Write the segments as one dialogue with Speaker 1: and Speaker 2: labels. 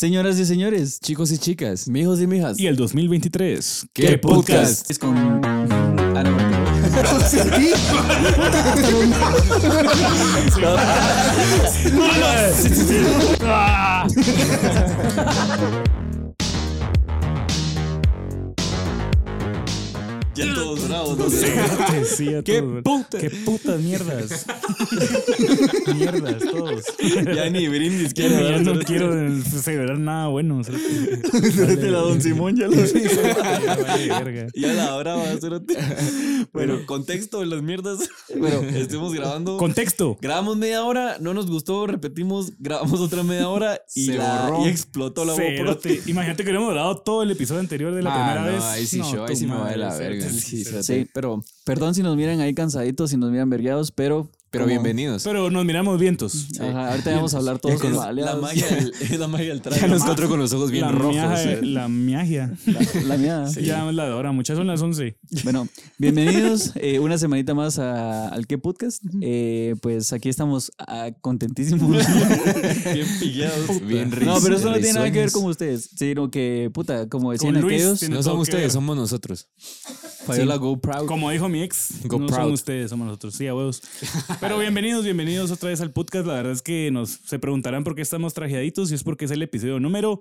Speaker 1: Señoras y señores,
Speaker 2: Chicos y chicas, mijos y mijas.
Speaker 3: Y el 2023.
Speaker 2: ¿Qué podcast?
Speaker 1: es con Ah, Ana Martín. Ya todos bravos, no sé.
Speaker 3: Sí, a
Speaker 2: ¿Qué
Speaker 3: todo.
Speaker 2: puta?
Speaker 3: Qué putas mierdas. mierdas, todos.
Speaker 1: Ya ni brindis
Speaker 3: Ya
Speaker 1: quiero dar.
Speaker 3: no quiero celebrar nada bueno. o sea,
Speaker 1: Te la Este Don Simón ya lo
Speaker 3: ya vale verga.
Speaker 1: Ya la brava, cerote. Bueno, contexto de las mierdas. Bueno, estuvimos grabando.
Speaker 3: Contexto.
Speaker 1: Grabamos media hora, no nos gustó, repetimos, grabamos otra media hora y,
Speaker 2: Se
Speaker 1: la-
Speaker 2: borró.
Speaker 1: y explotó la GoPro.
Speaker 3: Cerote. Imagínate que hubiéramos grabado todo el episodio anterior de la
Speaker 2: Ah,
Speaker 3: primera
Speaker 2: no,
Speaker 3: vez.
Speaker 2: ahí sí yo, ahí
Speaker 3: tu
Speaker 2: sí me va de
Speaker 3: madre,
Speaker 2: la
Speaker 3: cerote,
Speaker 2: verga.
Speaker 3: sí,
Speaker 2: Sí,
Speaker 3: cerote.
Speaker 1: Sí, pero perdón si nos miran ahí cansaditos, si nos miran vergueados, pero.
Speaker 2: Pero
Speaker 1: como-
Speaker 2: bienvenidos.
Speaker 3: Pero nos miramos vientos.
Speaker 1: Ajá, ahorita vamos a hablar todos
Speaker 2: Ya
Speaker 1: con
Speaker 2: con-
Speaker 1: baleados.
Speaker 2: la
Speaker 1: magia del, es la magia del traje.
Speaker 2: ya nos encontró con los ojos bien
Speaker 3: la
Speaker 2: rojos.
Speaker 3: miaja de-
Speaker 2: eh.
Speaker 3: la miagia.
Speaker 1: La, la mía.
Speaker 3: Ya es la de ahora, muchas son las 11.
Speaker 1: Bueno, bienvenidos eh, una semanita más a- al que podcast. Eh, pues aquí estamos ah, contentísimos.
Speaker 2: Bien pillados. Bien eh,
Speaker 1: no, pero eso no
Speaker 2: ris-
Speaker 1: tiene nada que ver
Speaker 2: risueños.
Speaker 1: con ustedes, sino que, puta, como decían
Speaker 3: Con Luis
Speaker 1: aquellos,
Speaker 3: tiene-
Speaker 2: No son
Speaker 3: todo que ver.
Speaker 2: ustedes, somos nosotros. Fabiola Go Proud.
Speaker 3: Como dijo mi ex,
Speaker 2: Go
Speaker 3: no son
Speaker 2: proud.
Speaker 3: ustedes, somos nosotros. Sí, a huevos. Pero bienvenidos, bienvenidos otra vez al podcast. La verdad es que nos se preguntarán por qué estamos trajeaditos y es porque es el episodio número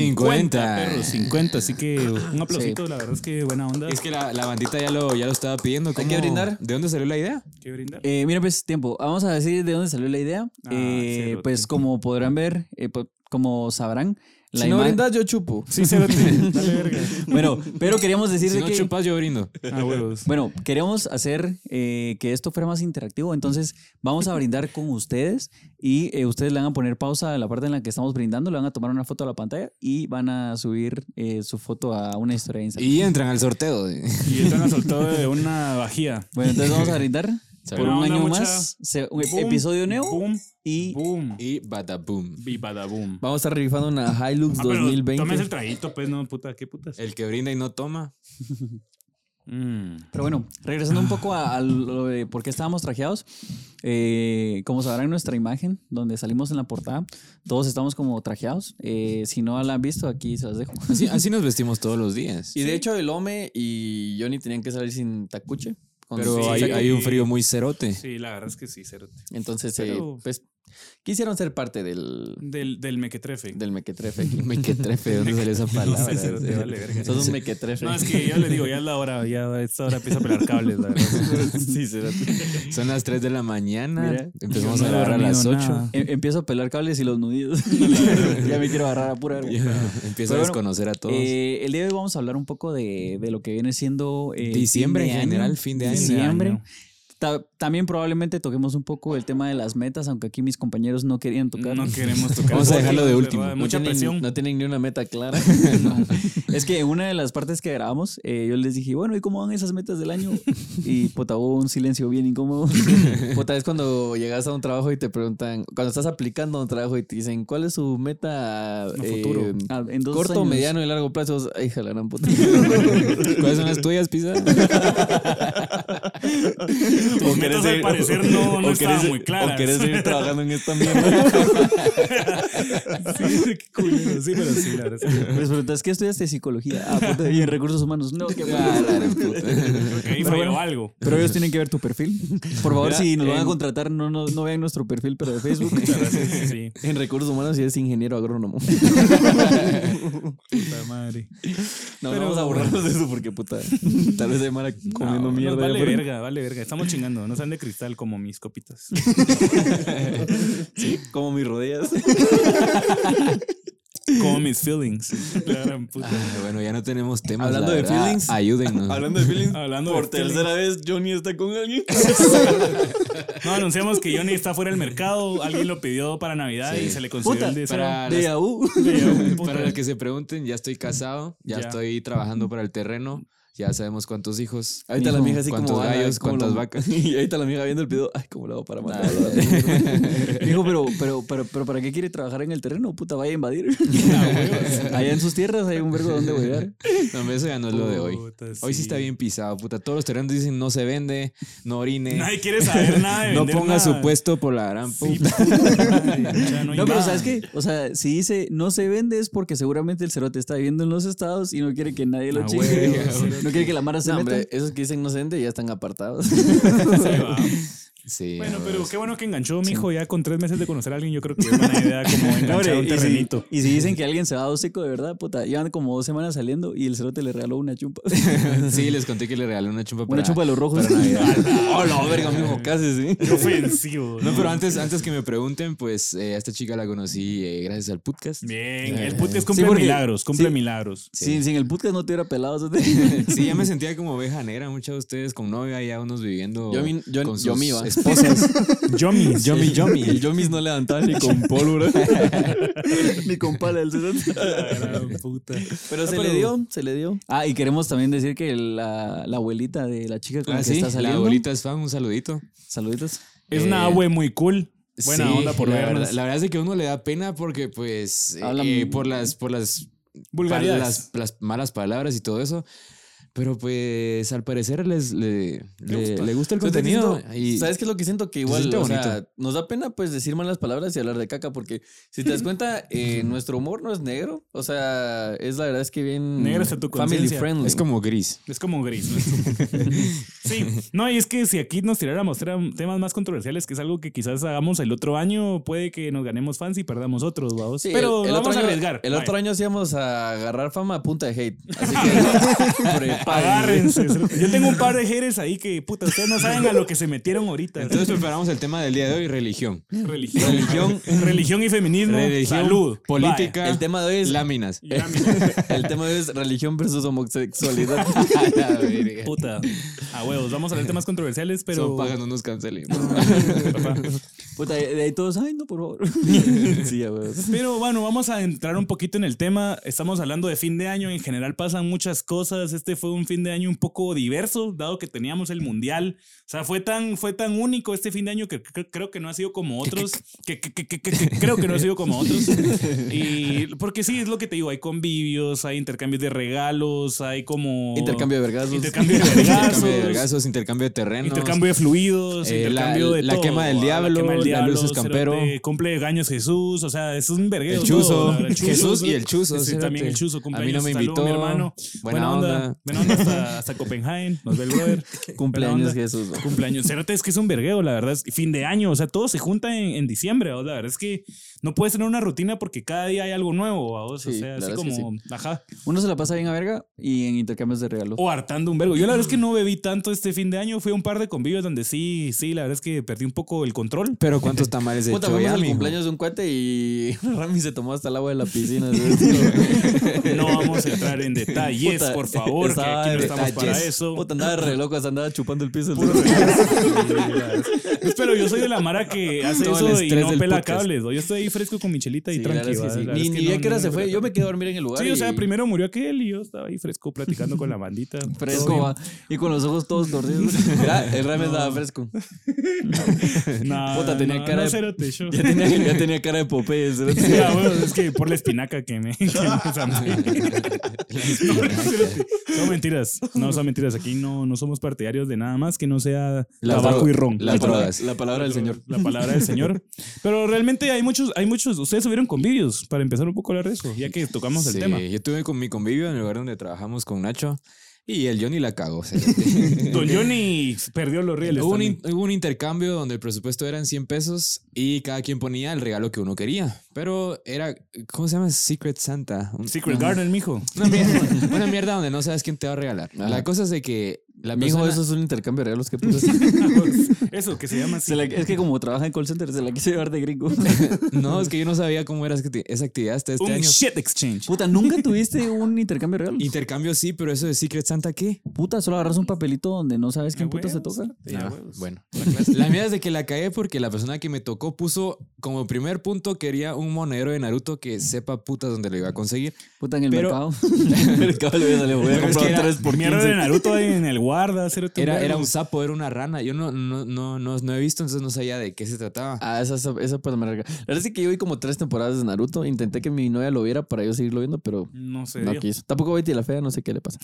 Speaker 2: 50.
Speaker 3: perros, 50. Así que un aplausito, la verdad es que buena onda.
Speaker 2: Es que la, la bandita ya lo, ya lo estaba pidiendo. ¿Cómo-
Speaker 1: que brindar?
Speaker 2: ¿De dónde salió la idea?
Speaker 3: ¿Qué brinda?
Speaker 1: Eh, mira, pues tiempo. Vamos a decir de dónde salió la idea.
Speaker 3: Ah,
Speaker 1: Eh,
Speaker 3: cerote.
Speaker 1: pues como podrán ver, eh, po- como sabrán, la
Speaker 2: no
Speaker 1: ima-
Speaker 2: brindas, yo chupo.
Speaker 3: Sí, cérate. Dale verga.
Speaker 1: Bueno, pero queríamos decir
Speaker 2: Si
Speaker 1: de
Speaker 2: no
Speaker 1: que.
Speaker 2: chupas, yo brindo.
Speaker 3: A huevos.
Speaker 1: Bueno, queríamos hacer eh, que esto fuera más interactivo, entonces vamos a brindar con ustedes y eh, ustedes le van a poner pausa a la parte en la que estamos brindando, le van a tomar una foto a la pantalla y van a subir eh, su foto a una historia de Instagram.
Speaker 2: Y entran al sorteo. eh.
Speaker 3: Y están asaltados de una bajía.
Speaker 1: Bueno, entonces vamos a brindar
Speaker 2: Salud.
Speaker 1: por un
Speaker 3: Buena onda,
Speaker 1: año
Speaker 3: mucha-
Speaker 1: más, se- un ep-
Speaker 3: Boom,
Speaker 1: episodio nuevo
Speaker 3: Boom,
Speaker 1: y
Speaker 3: boom.
Speaker 2: Y badaboom.
Speaker 3: Y badaboom.
Speaker 1: vamos a estar rifando una Hilux
Speaker 3: Ah, pero tomes el traguito, pues, no, puta, qué putas.
Speaker 2: El que brinda y no toma.
Speaker 3: Mm.
Speaker 1: Pero bueno, regresando un poco a, a lo de por qué estábamos trajeados, eh, como sabrán nuestra imagen, donde salimos en la portada, todos estamos como trajeados. Eh, si no la han visto, aquí se las dejo.
Speaker 2: Así, así nos vestimos todos los días.
Speaker 1: Y de hecho, el Ome y Johnny tenían que salir sin tacuche. con
Speaker 2: Pero
Speaker 1: su
Speaker 2: hay,
Speaker 1: saco.
Speaker 2: hay un frío muy cerote.
Speaker 3: Sí, la verdad es que sí, cérate.
Speaker 1: Entonces, eh,
Speaker 3: Pero-
Speaker 1: pues, quisieron ser parte del,
Speaker 3: Del, del mequetrefe.
Speaker 1: del mequetrefe. aquí.
Speaker 2: Mequetrefe, ¿de dónde sale esa
Speaker 3: No
Speaker 2: palabra?
Speaker 3: sé, se te vale verga.
Speaker 1: Sos un mequetrefe.
Speaker 3: No, es que yo le digo, ya es la hora, ya a esta hora empieza a pelar cables, la verdad.
Speaker 1: Sí, será.
Speaker 2: Son las 3 de la mañana.
Speaker 1: Mira,
Speaker 2: empezamos
Speaker 3: yo
Speaker 2: a
Speaker 3: no he
Speaker 2: grabar a las
Speaker 3: dormido
Speaker 2: 8.
Speaker 3: nada.
Speaker 1: Em- Empiezo a pelar cables y los nudidos. ya me quiero agarrar a pura. verga.
Speaker 2: Empiezo
Speaker 1: Pero
Speaker 2: a
Speaker 1: bueno,
Speaker 2: desconocer a todos.
Speaker 1: Eh, el día de hoy vamos a hablar un poco de, de lo que viene siendo eh,
Speaker 2: Diciembre
Speaker 1: fin de
Speaker 2: en
Speaker 1: año.
Speaker 2: general, fin de año.
Speaker 3: Fin de
Speaker 1: Diciembre.
Speaker 3: año.
Speaker 1: Ta- también probablemente toquemos un poco el tema de las metas, aunque aquí mis compañeros no querían tocar.
Speaker 3: No queremos tocar.
Speaker 2: Vamos a
Speaker 3: eso,
Speaker 2: dejarlo de
Speaker 3: la
Speaker 2: último.
Speaker 3: verdad,
Speaker 1: No
Speaker 3: Mucha
Speaker 1: tienen-
Speaker 3: presión.
Speaker 1: No tienen ni una meta clara. es que en una de las partes que grabamos, eh, yo les dije, bueno, ¿y cómo van esas metas del año? Y puta, hubo un silencio bien incómodo.
Speaker 4: Puta, es cuando llegas a un trabajo y te preguntan, cuando estás aplicando a un trabajo y te dicen, ¿cuál es su meta eh,
Speaker 3: A futuro.
Speaker 1: Ah, en dos
Speaker 4: corto,
Speaker 1: años.
Speaker 4: mediano y largo plazo? Ay, jala, gran puta.
Speaker 2: ¿Cuáles son las tuyas, Pisa?
Speaker 3: Tus metas al parecer no, no
Speaker 4: o
Speaker 3: estaban
Speaker 4: querés-
Speaker 3: muy claras.
Speaker 4: O querés seguir trabajando en esta mierda.
Speaker 3: sí, qué culero. Sí, pero sí, la verdad. es que-
Speaker 1: Les preguntas, ¿qué estudiaste psicología? Ah, puta, y en recursos humanos. No, qué mal.
Speaker 3: Creo que ahí
Speaker 1: Pero
Speaker 3: falló
Speaker 1: bueno.
Speaker 3: algo.
Speaker 1: Pero ellos tienen que ver tu perfil. Por favor,
Speaker 4: Ya,
Speaker 1: si nos van a
Speaker 4: en-
Speaker 1: contratar, no, no, no vean nuestro perfil, pero de Facebook.
Speaker 3: Muchas gracias. Sí,
Speaker 4: en recursos humanos y es ingeniero agrónomo.
Speaker 3: puta madre.
Speaker 4: No,
Speaker 3: Pero-
Speaker 4: no vamos a borrarnos de eso porque, puta, tal vez hay mara comiendo
Speaker 3: No, no,
Speaker 4: mierda.
Speaker 3: vale
Speaker 4: ya, pero-
Speaker 3: verga, vale verga. Estamos chingando. No sean de cristal como mis copitas.
Speaker 4: Como mis rodillas.
Speaker 3: Como mis feelings. La gran puta.
Speaker 2: Ah, bueno, ya no tenemos temas.
Speaker 4: Hablando
Speaker 2: la
Speaker 4: de
Speaker 2: verdad.
Speaker 4: feelings.
Speaker 2: Ayúdennos.
Speaker 4: Hablando de feelings,
Speaker 3: Hablando de
Speaker 4: por tercera vez Johnny está con alguien.
Speaker 3: No, anunciamos que Johnny está fuera del mercado. Alguien lo pidió para Navidad
Speaker 2: Sí.
Speaker 3: y se le concedió
Speaker 1: Puta,
Speaker 3: el deseo.
Speaker 2: para
Speaker 1: De
Speaker 2: las-
Speaker 1: Yahoo.
Speaker 3: Sí, puta.
Speaker 2: Para los que se pregunten, ya estoy casado, ya,
Speaker 3: Ya.
Speaker 2: estoy trabajando para el terreno, Ya sabemos cuántos hijos.
Speaker 4: Ahorita la
Speaker 1: Mijo,
Speaker 4: mija así como.
Speaker 2: ¿cuántos
Speaker 4: "Ah,
Speaker 2: gallos,
Speaker 4: ¿cómo
Speaker 2: cuántas
Speaker 4: lo-"
Speaker 2: vacas?
Speaker 4: Y ahorita la mija viendo el video, ay, ¿cómo lo hago para matar?
Speaker 1: Dijo, pero, pero, pero, pero ¿para qué quiere trabajar en el terreno? Puta, vaya a invadir.
Speaker 4: Ah,
Speaker 1: Allá en sus tierras hay un vergo donde huevear.
Speaker 2: No, hombre, eso ya no es lo de hoy.
Speaker 3: Puta,
Speaker 2: Hoy sí está bien pisado, puta. Todos los terrenos dicen no se vende, no orine,
Speaker 3: Nadie quiere saber nada de
Speaker 2: no
Speaker 3: vender
Speaker 2: ponga
Speaker 3: nada.
Speaker 2: su puesto por la gran puta.
Speaker 3: Sí, puta madre, ya no hay
Speaker 1: No, pero
Speaker 3: nada.
Speaker 1: ¿sabes qué? O sea, si dice no se vende es porque seguramente el cerote está viviendo en los estados y no quiere que nadie lo
Speaker 3: Ah,
Speaker 1: chingue.
Speaker 3: huevo,
Speaker 1: no quiere que la mara se
Speaker 4: No,
Speaker 1: meta.
Speaker 4: hombre, esos que dicen no se vende ya están apartados.
Speaker 3: Se va.
Speaker 2: Sí,
Speaker 3: Bueno,
Speaker 2: a
Speaker 3: pero
Speaker 2: huevos.
Speaker 3: qué bueno que enganchó, mijo. Ya con tres meses de conocer a alguien, yo creo que es buena idea como
Speaker 1: No,
Speaker 3: enganchar
Speaker 1: hombre,
Speaker 3: un
Speaker 1: y, si,
Speaker 3: terrenito.
Speaker 1: y si dicen que alguien se va a hocico de verdad, puta, llevan como dos semanas saliendo y el cerote le regaló una chumpa.
Speaker 2: Sí, les conté que le regalé una chumpa
Speaker 1: una
Speaker 2: para Oh,
Speaker 1: chumpa de los rojos.
Speaker 2: para Navidad.
Speaker 4: Hola, verga, mijo, casi, sí.
Speaker 3: Qué ofensivo.
Speaker 2: No, pero antes, antes que me pregunten, pues eh, a esta chica la conocí eh, gracias al podcast.
Speaker 3: Bien, el podcast cumple
Speaker 1: porque-
Speaker 3: milagros, cumple
Speaker 1: sí.
Speaker 3: milagros.
Speaker 1: Sin, sin el podcast no te hubiera pelado. cerote.
Speaker 2: Sí, ya me sentía como oveja negra, muchos de ustedes con novia, ya unos viviendo
Speaker 4: Yo mi- yo-
Speaker 2: con sus
Speaker 4: yo mi, va.
Speaker 2: esposas.
Speaker 3: Yomi,
Speaker 2: Yomi, yomi.
Speaker 4: El Yomis no levantaban ni con pólvora.
Speaker 1: Ni con pala el cerote.
Speaker 4: Pero
Speaker 1: Ah,
Speaker 4: se
Speaker 1: pero-
Speaker 4: le dio, se le dio.
Speaker 1: Ah, y queremos también decir que la, la abuelita de la chica con la
Speaker 2: Ah,
Speaker 1: que
Speaker 2: sí,
Speaker 1: está
Speaker 2: la
Speaker 1: saliendo.
Speaker 2: abuelita es fan, un saludito.
Speaker 1: Saluditos.
Speaker 3: Es una abue muy cool. Buena
Speaker 2: Sí,
Speaker 3: onda por
Speaker 2: la
Speaker 3: vernos.
Speaker 2: verdad, la verdad es de que a uno le da pena porque, pues, eh,
Speaker 1: Hablan-
Speaker 2: eh, por las, por las,
Speaker 3: Vulgaridades.
Speaker 2: las, las malas palabras y todo eso. Pero pues al parecer les le, le-
Speaker 3: gusta.
Speaker 2: le gusta el
Speaker 4: Yo te
Speaker 2: contenido.
Speaker 4: siento-
Speaker 2: Y
Speaker 4: ¿Sabes qué es lo que siento? Que igual,
Speaker 2: siente
Speaker 4: o sea,
Speaker 2: bonito.
Speaker 4: nos da pena pues decir malas palabras y hablar de caca, porque si te das cuenta, eh, nuestro humor no es negro. O sea, es la verdad es que bien.
Speaker 3: Negro está tu
Speaker 4: Family
Speaker 3: conciencia.
Speaker 4: friendly.
Speaker 2: es como gris.
Speaker 3: Es como gris. ¿no? sí, no, y es que si aquí nos tiráramos eran temas más controversiales, que es algo que quizás hagamos el otro año, puede que nos ganemos fans y perdamos otros, vamos.
Speaker 4: Sí,
Speaker 3: Pero
Speaker 4: el- el
Speaker 3: vamos
Speaker 4: otro
Speaker 3: a
Speaker 4: año-
Speaker 3: arriesgar.
Speaker 4: El
Speaker 3: Vaya.
Speaker 4: otro año hacíamos a agarrar fama a punta de hate. Así que prepárense.
Speaker 3: Agárrense. Yo tengo un par de haters ahí que, puta, ustedes no saben a lo que se metieron ahorita.
Speaker 2: Entonces preparamos el tema del día de hoy, religión.
Speaker 3: religión, religión, y feminismo,
Speaker 2: Religión,
Speaker 3: salud,
Speaker 2: política,
Speaker 4: El tema de hoy es
Speaker 2: láminas.
Speaker 3: Vaya. Ya, mira,
Speaker 4: el tema de hoy es religión versus homosexualidad.
Speaker 2: La verga.
Speaker 3: puta. A huevos, vamos a hablar de temas controversiales,
Speaker 2: Son
Speaker 3: pero.
Speaker 2: pagas, no nos cancelen.
Speaker 3: Papá.
Speaker 1: Puta, de de ahí todos, ay, no, por favor.
Speaker 4: sí, a huevos.
Speaker 3: Pero bueno, vamos a entrar un poquito en el tema. Estamos hablando de fin de año. En general pasan muchas cosas. Este fue un fin de año un poco diverso, dado que teníamos el mundial. O sea, fue tan, fue tan único este fin de año que cre- creo que no ha sido como otros. Que, que- que- que- que- que creo que no ha sido como otros. Y porque sí, es lo que te digo. Hay convivios, hay intercambios de regalos, hay como.
Speaker 4: Intercambio de vergas.
Speaker 3: Intercambio de vergazos,
Speaker 2: intercambio de vergazos, intercambio de terrenos.
Speaker 3: Intercambio de fluidos,
Speaker 2: Eh, la-
Speaker 3: intercambio de
Speaker 2: la
Speaker 3: todo.
Speaker 2: quema del
Speaker 3: Ah,
Speaker 2: diablo, la luz es
Speaker 3: cerote,
Speaker 2: campero.
Speaker 3: cumple gaños Jesús, o sea, es un verguero.
Speaker 2: El
Speaker 3: todo,
Speaker 2: chuzo.
Speaker 3: la verdad, el
Speaker 2: Jesús y el chuzo,
Speaker 3: Sí,
Speaker 2: espérate.
Speaker 3: también el chuzo,
Speaker 2: A mí
Speaker 3: cumpleaños.
Speaker 2: no me
Speaker 3: saludo a mi
Speaker 2: invitó.
Speaker 3: hermano.
Speaker 2: Buena onda.
Speaker 3: Buena onda hasta, hasta Copenhague. Nos ve el brother. Buena
Speaker 4: Cumpleaños,
Speaker 3: onda.
Speaker 4: Jesús. ¿no?
Speaker 3: Cumpleaños. Cérate, es que es un vergueo, la verdad. es- Fin de año, o sea, todo se junta en, en diciembre, ¿vos? la verdad es que no puedes tener una rutina porque cada día hay algo nuevo, ¿vos? o
Speaker 4: Sí,
Speaker 3: sea,
Speaker 4: la
Speaker 3: así
Speaker 4: verdad es que
Speaker 3: como, ajá.
Speaker 1: Uno se la pasa bien a verga y en intercambios de regalos.
Speaker 3: O hartando un vergo. Yo la verdad es que no bebí tanto este fin de año. Fui a un par de convivios donde sí, sí, la verdad es que perdí un poco el control.
Speaker 2: Pero cuántos tamales de
Speaker 4: Puta, fuimos al
Speaker 2: choyami,
Speaker 4: cumpleaños de un cuate y Rami se tomó hasta el agua de la piscina.
Speaker 3: No vamos a entrar en detalles,
Speaker 4: Puta,
Speaker 3: por favor, que
Speaker 4: estaba
Speaker 3: aquí no
Speaker 4: en
Speaker 3: estamos para
Speaker 2: detalles.
Speaker 3: eso.
Speaker 4: Puta, andaba re loco, hasta andaba chupando el piso.
Speaker 3: Pues, Pero yo soy de la mara que hace
Speaker 2: Todo el
Speaker 3: eso y
Speaker 2: estrés
Speaker 3: no
Speaker 2: del
Speaker 3: pela
Speaker 2: podcast.
Speaker 3: cables. ¿no? Yo estoy ahí fresco con mi chelita y
Speaker 4: Sí, la verdad
Speaker 3: tranquilo.
Speaker 4: es que sí.
Speaker 3: la verdad
Speaker 4: Ni,
Speaker 3: es que
Speaker 4: ni
Speaker 3: no-
Speaker 4: ya que hora
Speaker 3: no
Speaker 4: se
Speaker 3: me
Speaker 4: fue,
Speaker 3: pela
Speaker 4: yo me quedé a dormir en el lugar.
Speaker 3: cables. Sí, o sea,
Speaker 4: y-
Speaker 3: primero murió aquel y yo estaba ahí fresco platicando con la bandita.
Speaker 1: Fresco, va. Y con los ojos todos torcidos.
Speaker 4: Mira, el Rami andaba fresco.
Speaker 3: Nada,
Speaker 4: Puta, tenía
Speaker 3: no,
Speaker 4: cara
Speaker 3: no,
Speaker 4: de-
Speaker 3: cérate, yo.
Speaker 4: Ya tenía, ya tenía cara de Popeye. ese
Speaker 3: Sí,
Speaker 4: rato.
Speaker 3: ah, bueno, es que por la espinaca que me. que me zambullí. no, son mentiras. No, son mentiras. Aquí no, no somos partidarios de nada más que no sea
Speaker 2: Las
Speaker 3: tabaco
Speaker 2: dro-
Speaker 3: y ron.
Speaker 2: las
Speaker 3: Pero-
Speaker 2: drogas.
Speaker 4: La palabra del señor.
Speaker 3: La palabra del señor. Pero realmente hay muchos, hay muchos. Ustedes tuvieron convivios para empezar un poco a hablar de eso, ya que tocamos el
Speaker 2: Sí,
Speaker 3: tema.
Speaker 2: Yo tuve con mi convivio en el lugar donde trabajamos con Nacho y el Johnny la cagó. o sea,
Speaker 3: Don Johnny perdió los rieles.
Speaker 2: hubo, un,
Speaker 3: también.
Speaker 2: in- hubo un intercambio donde el presupuesto eran 100 pesos y cada quien ponía el regalo que uno quería. Pero era, ¿cómo se llama? Secret Santa. Un-
Speaker 3: Secret
Speaker 2: una-
Speaker 3: Garden, mijo.
Speaker 2: Una mierda, una mierda donde no sabes quién te va a regalar. La
Speaker 4: Ajá.
Speaker 2: cosa es de que la
Speaker 4: Mijo,
Speaker 2: persona-
Speaker 4: eso es un intercambio de regalos que putas.
Speaker 3: Eso que se llama así.
Speaker 1: Se la- es que como trabaja en call center, se la quise llevar de gringo.
Speaker 2: No, es que yo no sabía cómo era esa acti- esa actividad hasta este
Speaker 3: un
Speaker 2: año.
Speaker 3: shit exchange.
Speaker 1: Puta, ¿nunca tuviste un intercambio de regalos?
Speaker 2: Intercambio sí, pero eso de Secret Santa, ¿qué?
Speaker 1: Puta, solo agarras un papelito donde no sabes quién puta se
Speaker 3: Huevos,
Speaker 1: toca.
Speaker 3: ya,
Speaker 2: Ah,
Speaker 3: huevos.
Speaker 2: bueno. La mierda es de que la cagué porque la persona que me tocó puso como primer punto, quería un monedero de Naruto que sepa putas dónde lo iba a conseguir.
Speaker 1: Puta en el
Speaker 2: Pero-
Speaker 1: mercado.
Speaker 4: Mercado Libre sale, voy a
Speaker 2: Pero es que
Speaker 4: comprar
Speaker 2: era-
Speaker 4: tres por
Speaker 3: Mierda
Speaker 4: 15.
Speaker 3: de Naruto ahí en el guarda, cerote,
Speaker 2: Era,
Speaker 3: verga.
Speaker 2: era un sapo, era una rana. Yo no, no, no, no, no he visto, entonces no sabía de qué se trataba.
Speaker 4: Ah, esa, esa, esa pues me regaló. La verdad es que yo vi como tres temporadas de Naruto. Intenté que mi novia lo viera para yo seguirlo viendo, pero
Speaker 3: No sé.
Speaker 4: no
Speaker 3: Dios.
Speaker 4: quiso. Tampoco Betty la Fea, no sé qué le pasa.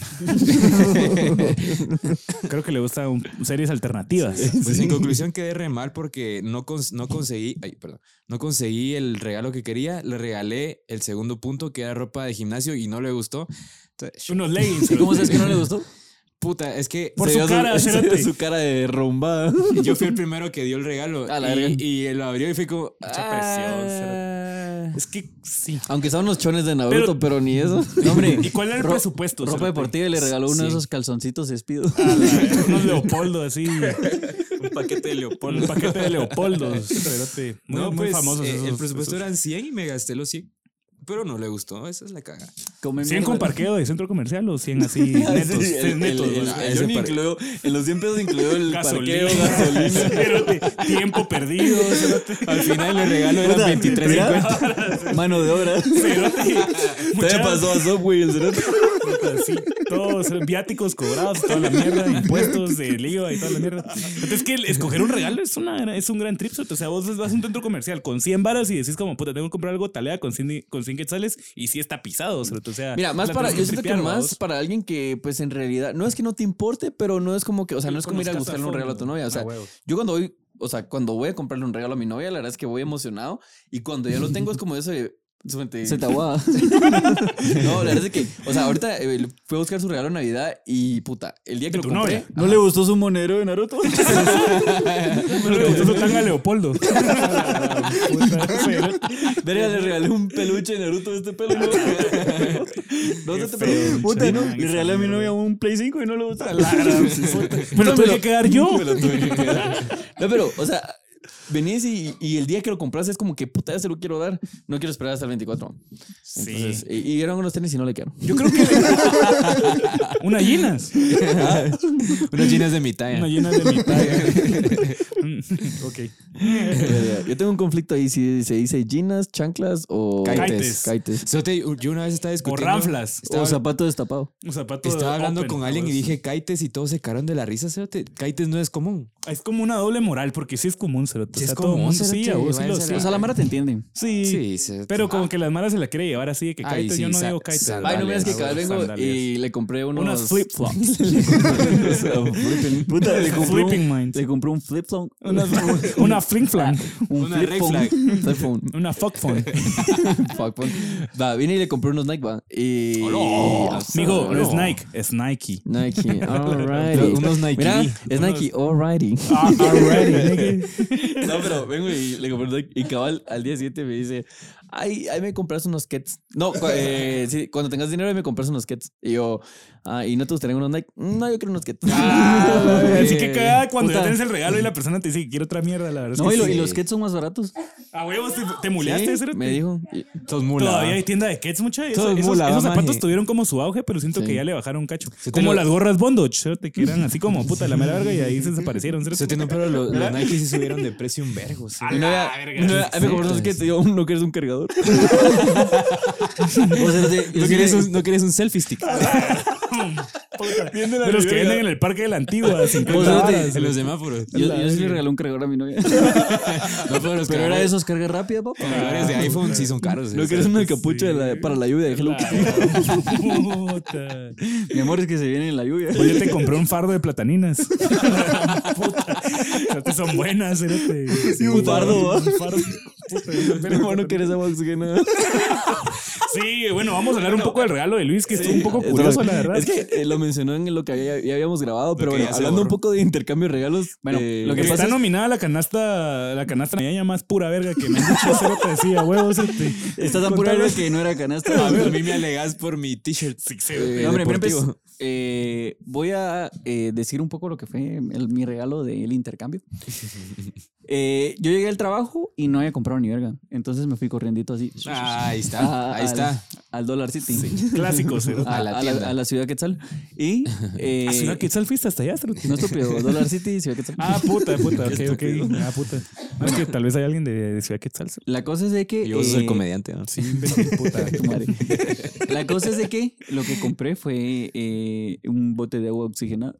Speaker 3: Creo que le gustan un- series alternativas.
Speaker 2: Pues en conclusión quedé re mal porque no, cons- no conseguí, ay, perdón, no conseguí el regalo que quería, le regalé el segundo punto que era ropa de gimnasio y no le gustó. Entonces,
Speaker 3: Unos leggings.
Speaker 1: ¿Y cómo sabes que no le
Speaker 3: cerote.
Speaker 1: gustó?
Speaker 2: Puta, es que
Speaker 3: Por
Speaker 4: Se
Speaker 3: su
Speaker 4: vio
Speaker 3: cara,
Speaker 4: se vio
Speaker 3: cerote.
Speaker 4: su cara derrumbada.
Speaker 2: yo fui el primero que dio el regalo
Speaker 4: A la
Speaker 2: y,
Speaker 4: verga.
Speaker 2: y lo abrió y fue como...
Speaker 3: Mucha presión,
Speaker 2: "Ah".
Speaker 3: Es que sí.
Speaker 4: Aunque son unos chones de Naruto, pero, ni eso.
Speaker 1: No, hombre.
Speaker 3: ¿Y cuál era el
Speaker 1: Ro-
Speaker 3: presupuesto?
Speaker 1: Ropa
Speaker 3: cerote?
Speaker 1: deportiva y le regaló uno de
Speaker 2: Sí.
Speaker 1: esos calzoncitos espido.
Speaker 3: A la- Unos Leopoldo así.
Speaker 2: Un paquete de Leopoldo.
Speaker 3: Un paquete de Leopoldo. cerote. Muy,
Speaker 2: no,
Speaker 3: muy
Speaker 2: pues,
Speaker 3: famosos.
Speaker 2: eh,
Speaker 3: esos-
Speaker 2: el presupuesto
Speaker 3: esos.
Speaker 2: eran 100 y me gasté los 100. Pero no le gustó, esa es la caga.
Speaker 1: Come
Speaker 3: 100 con
Speaker 1: mierda.
Speaker 3: parqueo de centro comercial o 100 así netos.
Speaker 4: Sí, el-
Speaker 3: 100 netos.
Speaker 4: el- el-
Speaker 3: ¿no?
Speaker 4: el Johnny
Speaker 2: par-
Speaker 4: incluyó- en los 100 pesos incluyó el
Speaker 3: Gasolina.
Speaker 4: parqueo, gasolina.
Speaker 3: cerote, Tiempo perdido. cerote.
Speaker 2: Al final el regalo eran
Speaker 4: Puta,
Speaker 2: 23.50.
Speaker 4: mira, Mano de obra.
Speaker 3: Cerote.
Speaker 4: Se
Speaker 3: Mucha-
Speaker 4: pasó a Subway el cerote.
Speaker 3: Así, todos viáticos cobrados, toda la mierda, impuestos del IVA y toda la mierda. Entonces, que el- escoger un regalo es, una, es un gran trip, ¿cierto? O sea, vos vas a un centro comercial con 100 varas y decís, como, puta, tengo que comprar algo talea con 100, y- con 100 quetzales y sí está pisado, ¿cierto? O sea,
Speaker 4: Mira, más
Speaker 3: la
Speaker 4: para,
Speaker 3: tenés
Speaker 4: yo siento que
Speaker 3: tripear,
Speaker 4: más
Speaker 3: ¿vaos?
Speaker 4: para alguien que, pues en realidad, no es que no te importe, pero no es como que, o sea,
Speaker 3: Que
Speaker 4: no es como ir a
Speaker 3: conozcas
Speaker 4: buscarle un
Speaker 3: fondo.
Speaker 4: regalo a tu novia. O sea,
Speaker 3: Ah, huevo.
Speaker 4: yo cuando voy, o sea, cuando voy a comprarle un regalo a mi novia, la verdad es que voy emocionado y cuando ya lo tengo es como eso de. suponte-
Speaker 1: Se te aguada.
Speaker 4: No, la verdad es que, o sea, ahorita eh, fui a buscar su regalo de Navidad y puta, el día que lo
Speaker 3: tu
Speaker 4: compré.
Speaker 3: novia?
Speaker 1: ¿No le gustó su monero de Naruto?
Speaker 3: Pero entonces no tan a Leopoldo. Puta, cerote.
Speaker 4: Verga, le regalé un peluche de Naruto de este pelo. No, no
Speaker 3: Qué
Speaker 4: se te
Speaker 3: feo,
Speaker 4: preocupes.
Speaker 3: mucha
Speaker 1: Puta, ¿no?
Speaker 3: mierda,
Speaker 1: Le regalé a mi
Speaker 3: esa
Speaker 1: novia
Speaker 3: mierda.
Speaker 1: un Play 5 y no le gustó.
Speaker 3: La gran puta. Me lo tuve que quedar yo.
Speaker 4: Me lo tuve que quedar. No, pero, o sea, venís y, y el día que lo compras es como que puta, ya se lo quiero dar. No quiero esperar hasta el 24.
Speaker 3: Sí.
Speaker 4: Entonces, y, y eran unos tenis y no le quedaron.
Speaker 3: Yo creo que una llenas.
Speaker 2: Unas jeans de mi talla.
Speaker 3: Una llena de mi talla. ok.
Speaker 4: Yo tengo un conflicto ahí si se dice ginas, chanclas o
Speaker 3: Caites.
Speaker 4: Caites.
Speaker 2: Cerote, yo una vez estaba
Speaker 3: O
Speaker 2: discutiendo.
Speaker 3: ranflas.
Speaker 2: Estaba,
Speaker 4: o zapato destapado.
Speaker 3: Un zapato.
Speaker 2: estaba hablando
Speaker 3: open,
Speaker 2: con alguien y
Speaker 3: vamos.
Speaker 2: dije caites y todos se cagaron de la risa. Cerote. Caites no es común.
Speaker 3: Es como una doble moral, porque sí es común, cerote.
Speaker 2: Sí
Speaker 3: o sea,
Speaker 2: es
Speaker 3: todo
Speaker 2: común,
Speaker 3: mundo- Sí,
Speaker 2: cerote,
Speaker 3: a vos sí
Speaker 2: vaya
Speaker 3: lo
Speaker 2: a ser
Speaker 3: sí.
Speaker 1: O sea, la Mara te entiende.
Speaker 3: Sí,
Speaker 2: cerote.
Speaker 3: Pero como
Speaker 2: Ah,
Speaker 3: que las maras se la quiere llevar así de que
Speaker 2: Ay,
Speaker 3: caites.
Speaker 2: sí,
Speaker 3: yo no
Speaker 2: sa-
Speaker 3: digo caites.
Speaker 2: sa-
Speaker 4: Ay, no
Speaker 2: Dale,
Speaker 4: miras que
Speaker 2: ah,
Speaker 4: cada vez vengo y le compré unos.
Speaker 3: Unas flip-flops.
Speaker 1: Puta, le compré
Speaker 3: Flipping
Speaker 1: un,
Speaker 3: minds.
Speaker 1: le compré un flip phone.
Speaker 3: Una, una fling flang.
Speaker 1: Un
Speaker 2: Una
Speaker 1: flip
Speaker 2: red
Speaker 1: phone.
Speaker 2: flag.
Speaker 4: iPhone.
Speaker 3: Una fuck phone.
Speaker 4: Fuck, pon. Va, vine y le compré unos Nike, va. Y.
Speaker 2: Hola.
Speaker 3: Amigo, no es
Speaker 2: No.
Speaker 3: Nike, es Nike.
Speaker 4: Nike,
Speaker 2: Pero
Speaker 4: alrighty.
Speaker 2: unos Nike.
Speaker 4: Mira, es Nike, alrighty.
Speaker 3: Ah, already, nigga.
Speaker 4: No, pero vengo y le compré un Nike. Y cabal, al día siguiente me dice, ay, ay, me compras unos Kets. No, cu- eh, sí, cuando tengas dinero, ahí me compras unos Kets. Y yo, ah, ¿y no te gustarían unos Nike? "Mm, No, yo quiero unos Kets.
Speaker 2: Ah,
Speaker 3: Así que cagada cuando ya
Speaker 4: Ah, Puta.
Speaker 3: tienes el regalo y la persona te dice que quiere otra mierda, la verdad. es
Speaker 1: No,
Speaker 3: que
Speaker 1: y, lo-
Speaker 3: sí.
Speaker 1: y los kits son más baratos.
Speaker 3: A huevos, Ah, te, te muleaste,
Speaker 4: Sí,
Speaker 3: cerote?
Speaker 4: Me dijo. y-
Speaker 2: Tos mula.
Speaker 3: Todavía hay tienda de Kets, mucha. Eso-
Speaker 2: Todo es
Speaker 3: esos,
Speaker 2: mula,
Speaker 3: esos
Speaker 2: va,
Speaker 3: zapatos
Speaker 2: maje.
Speaker 3: tuvieron como su auge, pero siento que
Speaker 4: Sí.
Speaker 3: ya le bajaron cacho.
Speaker 2: Se te
Speaker 3: como
Speaker 2: lo-
Speaker 3: las gorras Bondage, cerote, que eran así como puta la mera verga y ahí se desaparecieron. cerote.
Speaker 2: Cerote, no, pero lo- los, Nike sí subieron de precio un vergo. sí.
Speaker 3: A
Speaker 4: Mi
Speaker 3: la
Speaker 4: novia,
Speaker 3: verga.
Speaker 4: mi
Speaker 1: Ah,
Speaker 4: novia, ay, me compré unos
Speaker 2: Sí.
Speaker 4: Kets. Y yo, no quieres un cargador.
Speaker 1: O sea, de- yo
Speaker 2: ¿No
Speaker 1: sí
Speaker 2: quieres,
Speaker 1: le- Ah,
Speaker 2: un, no quieres un selfie stick.
Speaker 3: de los que venden en el parque de la antigua. 50
Speaker 1: Vos, cerote,
Speaker 3: varas.
Speaker 2: en los semáforos.
Speaker 1: yo- yo sí le regalé un cargador a mi novia.
Speaker 2: No,
Speaker 1: Pero
Speaker 2: pero los
Speaker 1: era de
Speaker 2: cargadores-
Speaker 1: esos carga rápida, papá. Ah,
Speaker 2: cargadores de iPhone sí son caros.
Speaker 4: No
Speaker 2: sí,
Speaker 4: quieres
Speaker 2: cerote.
Speaker 4: una capucha de la- para la lluvia de Hello
Speaker 3: La
Speaker 4: Kitty.
Speaker 3: puta.
Speaker 1: Mi amor es que se viene en la lluvia.
Speaker 3: Pues yo te compré un fardo de plataninas. Puta. Cerote, son buenas, cerote. Sí,
Speaker 4: un fardo, ¿va?
Speaker 3: Un fardo. Puta,
Speaker 4: Mi amor no quieres agua oxigenada.
Speaker 3: Sí, bueno, vamos a hablar un poco del regalo de Luis, que estuvo un poco curioso, la verdad.
Speaker 4: Es que eh, lo mencionó en lo que había- ya habíamos grabado, pero
Speaker 2: que
Speaker 4: bueno,
Speaker 2: ya se
Speaker 4: hablando un
Speaker 2: borró.
Speaker 4: poco de intercambio de regalos.
Speaker 1: Bueno,
Speaker 4: eh,
Speaker 1: lo que
Speaker 3: está
Speaker 1: pasa es-
Speaker 3: nominada la canasta, la canasta navideña más pura verga que me han dicho cerote, así, a huevos. este, cerote.
Speaker 1: Está tan pura verga que no era canasta.
Speaker 2: A mí- a mí me alegas por mi t-shirt.
Speaker 3: Sí, cerote.
Speaker 4: eh,
Speaker 1: No, hombre, pero
Speaker 4: deportivo.
Speaker 1: pues, eh, voy a eh, decir un poco lo que fue el- mi regalo del intercambio. Eh, yo llegué al trabajo y no había comprado ni verga. Entonces me fui corriendito así.
Speaker 2: Ah, ahí está,
Speaker 1: Ah,
Speaker 2: ahí
Speaker 1: al-
Speaker 2: está.
Speaker 1: al Dollar City.
Speaker 3: pues, Clásicos. ¿no?
Speaker 1: A,
Speaker 2: A la
Speaker 1: a la,
Speaker 2: tienda.
Speaker 1: a la ciudad Quetzal. Y. eh,
Speaker 3: Ah, Ciudad Quetzal fuiste hasta allá, cerote?
Speaker 1: No estúpido, Dollar City, Ciudad Quetzal.
Speaker 3: Ah, puta, puta.
Speaker 1: Qué
Speaker 3: ok, ok.
Speaker 1: estúpido.
Speaker 3: Ah, puta. No, es que tal vez hay alguien de, de Ciudad Quetzal. cerote.
Speaker 1: La cosa es de que.
Speaker 2: Y vos sos el
Speaker 1: eh,
Speaker 2: comediante, ¿no? Sí.
Speaker 3: Puta.
Speaker 1: tu madre. La cosa es de que lo que compré fue eh, un bote de agua oxigenada.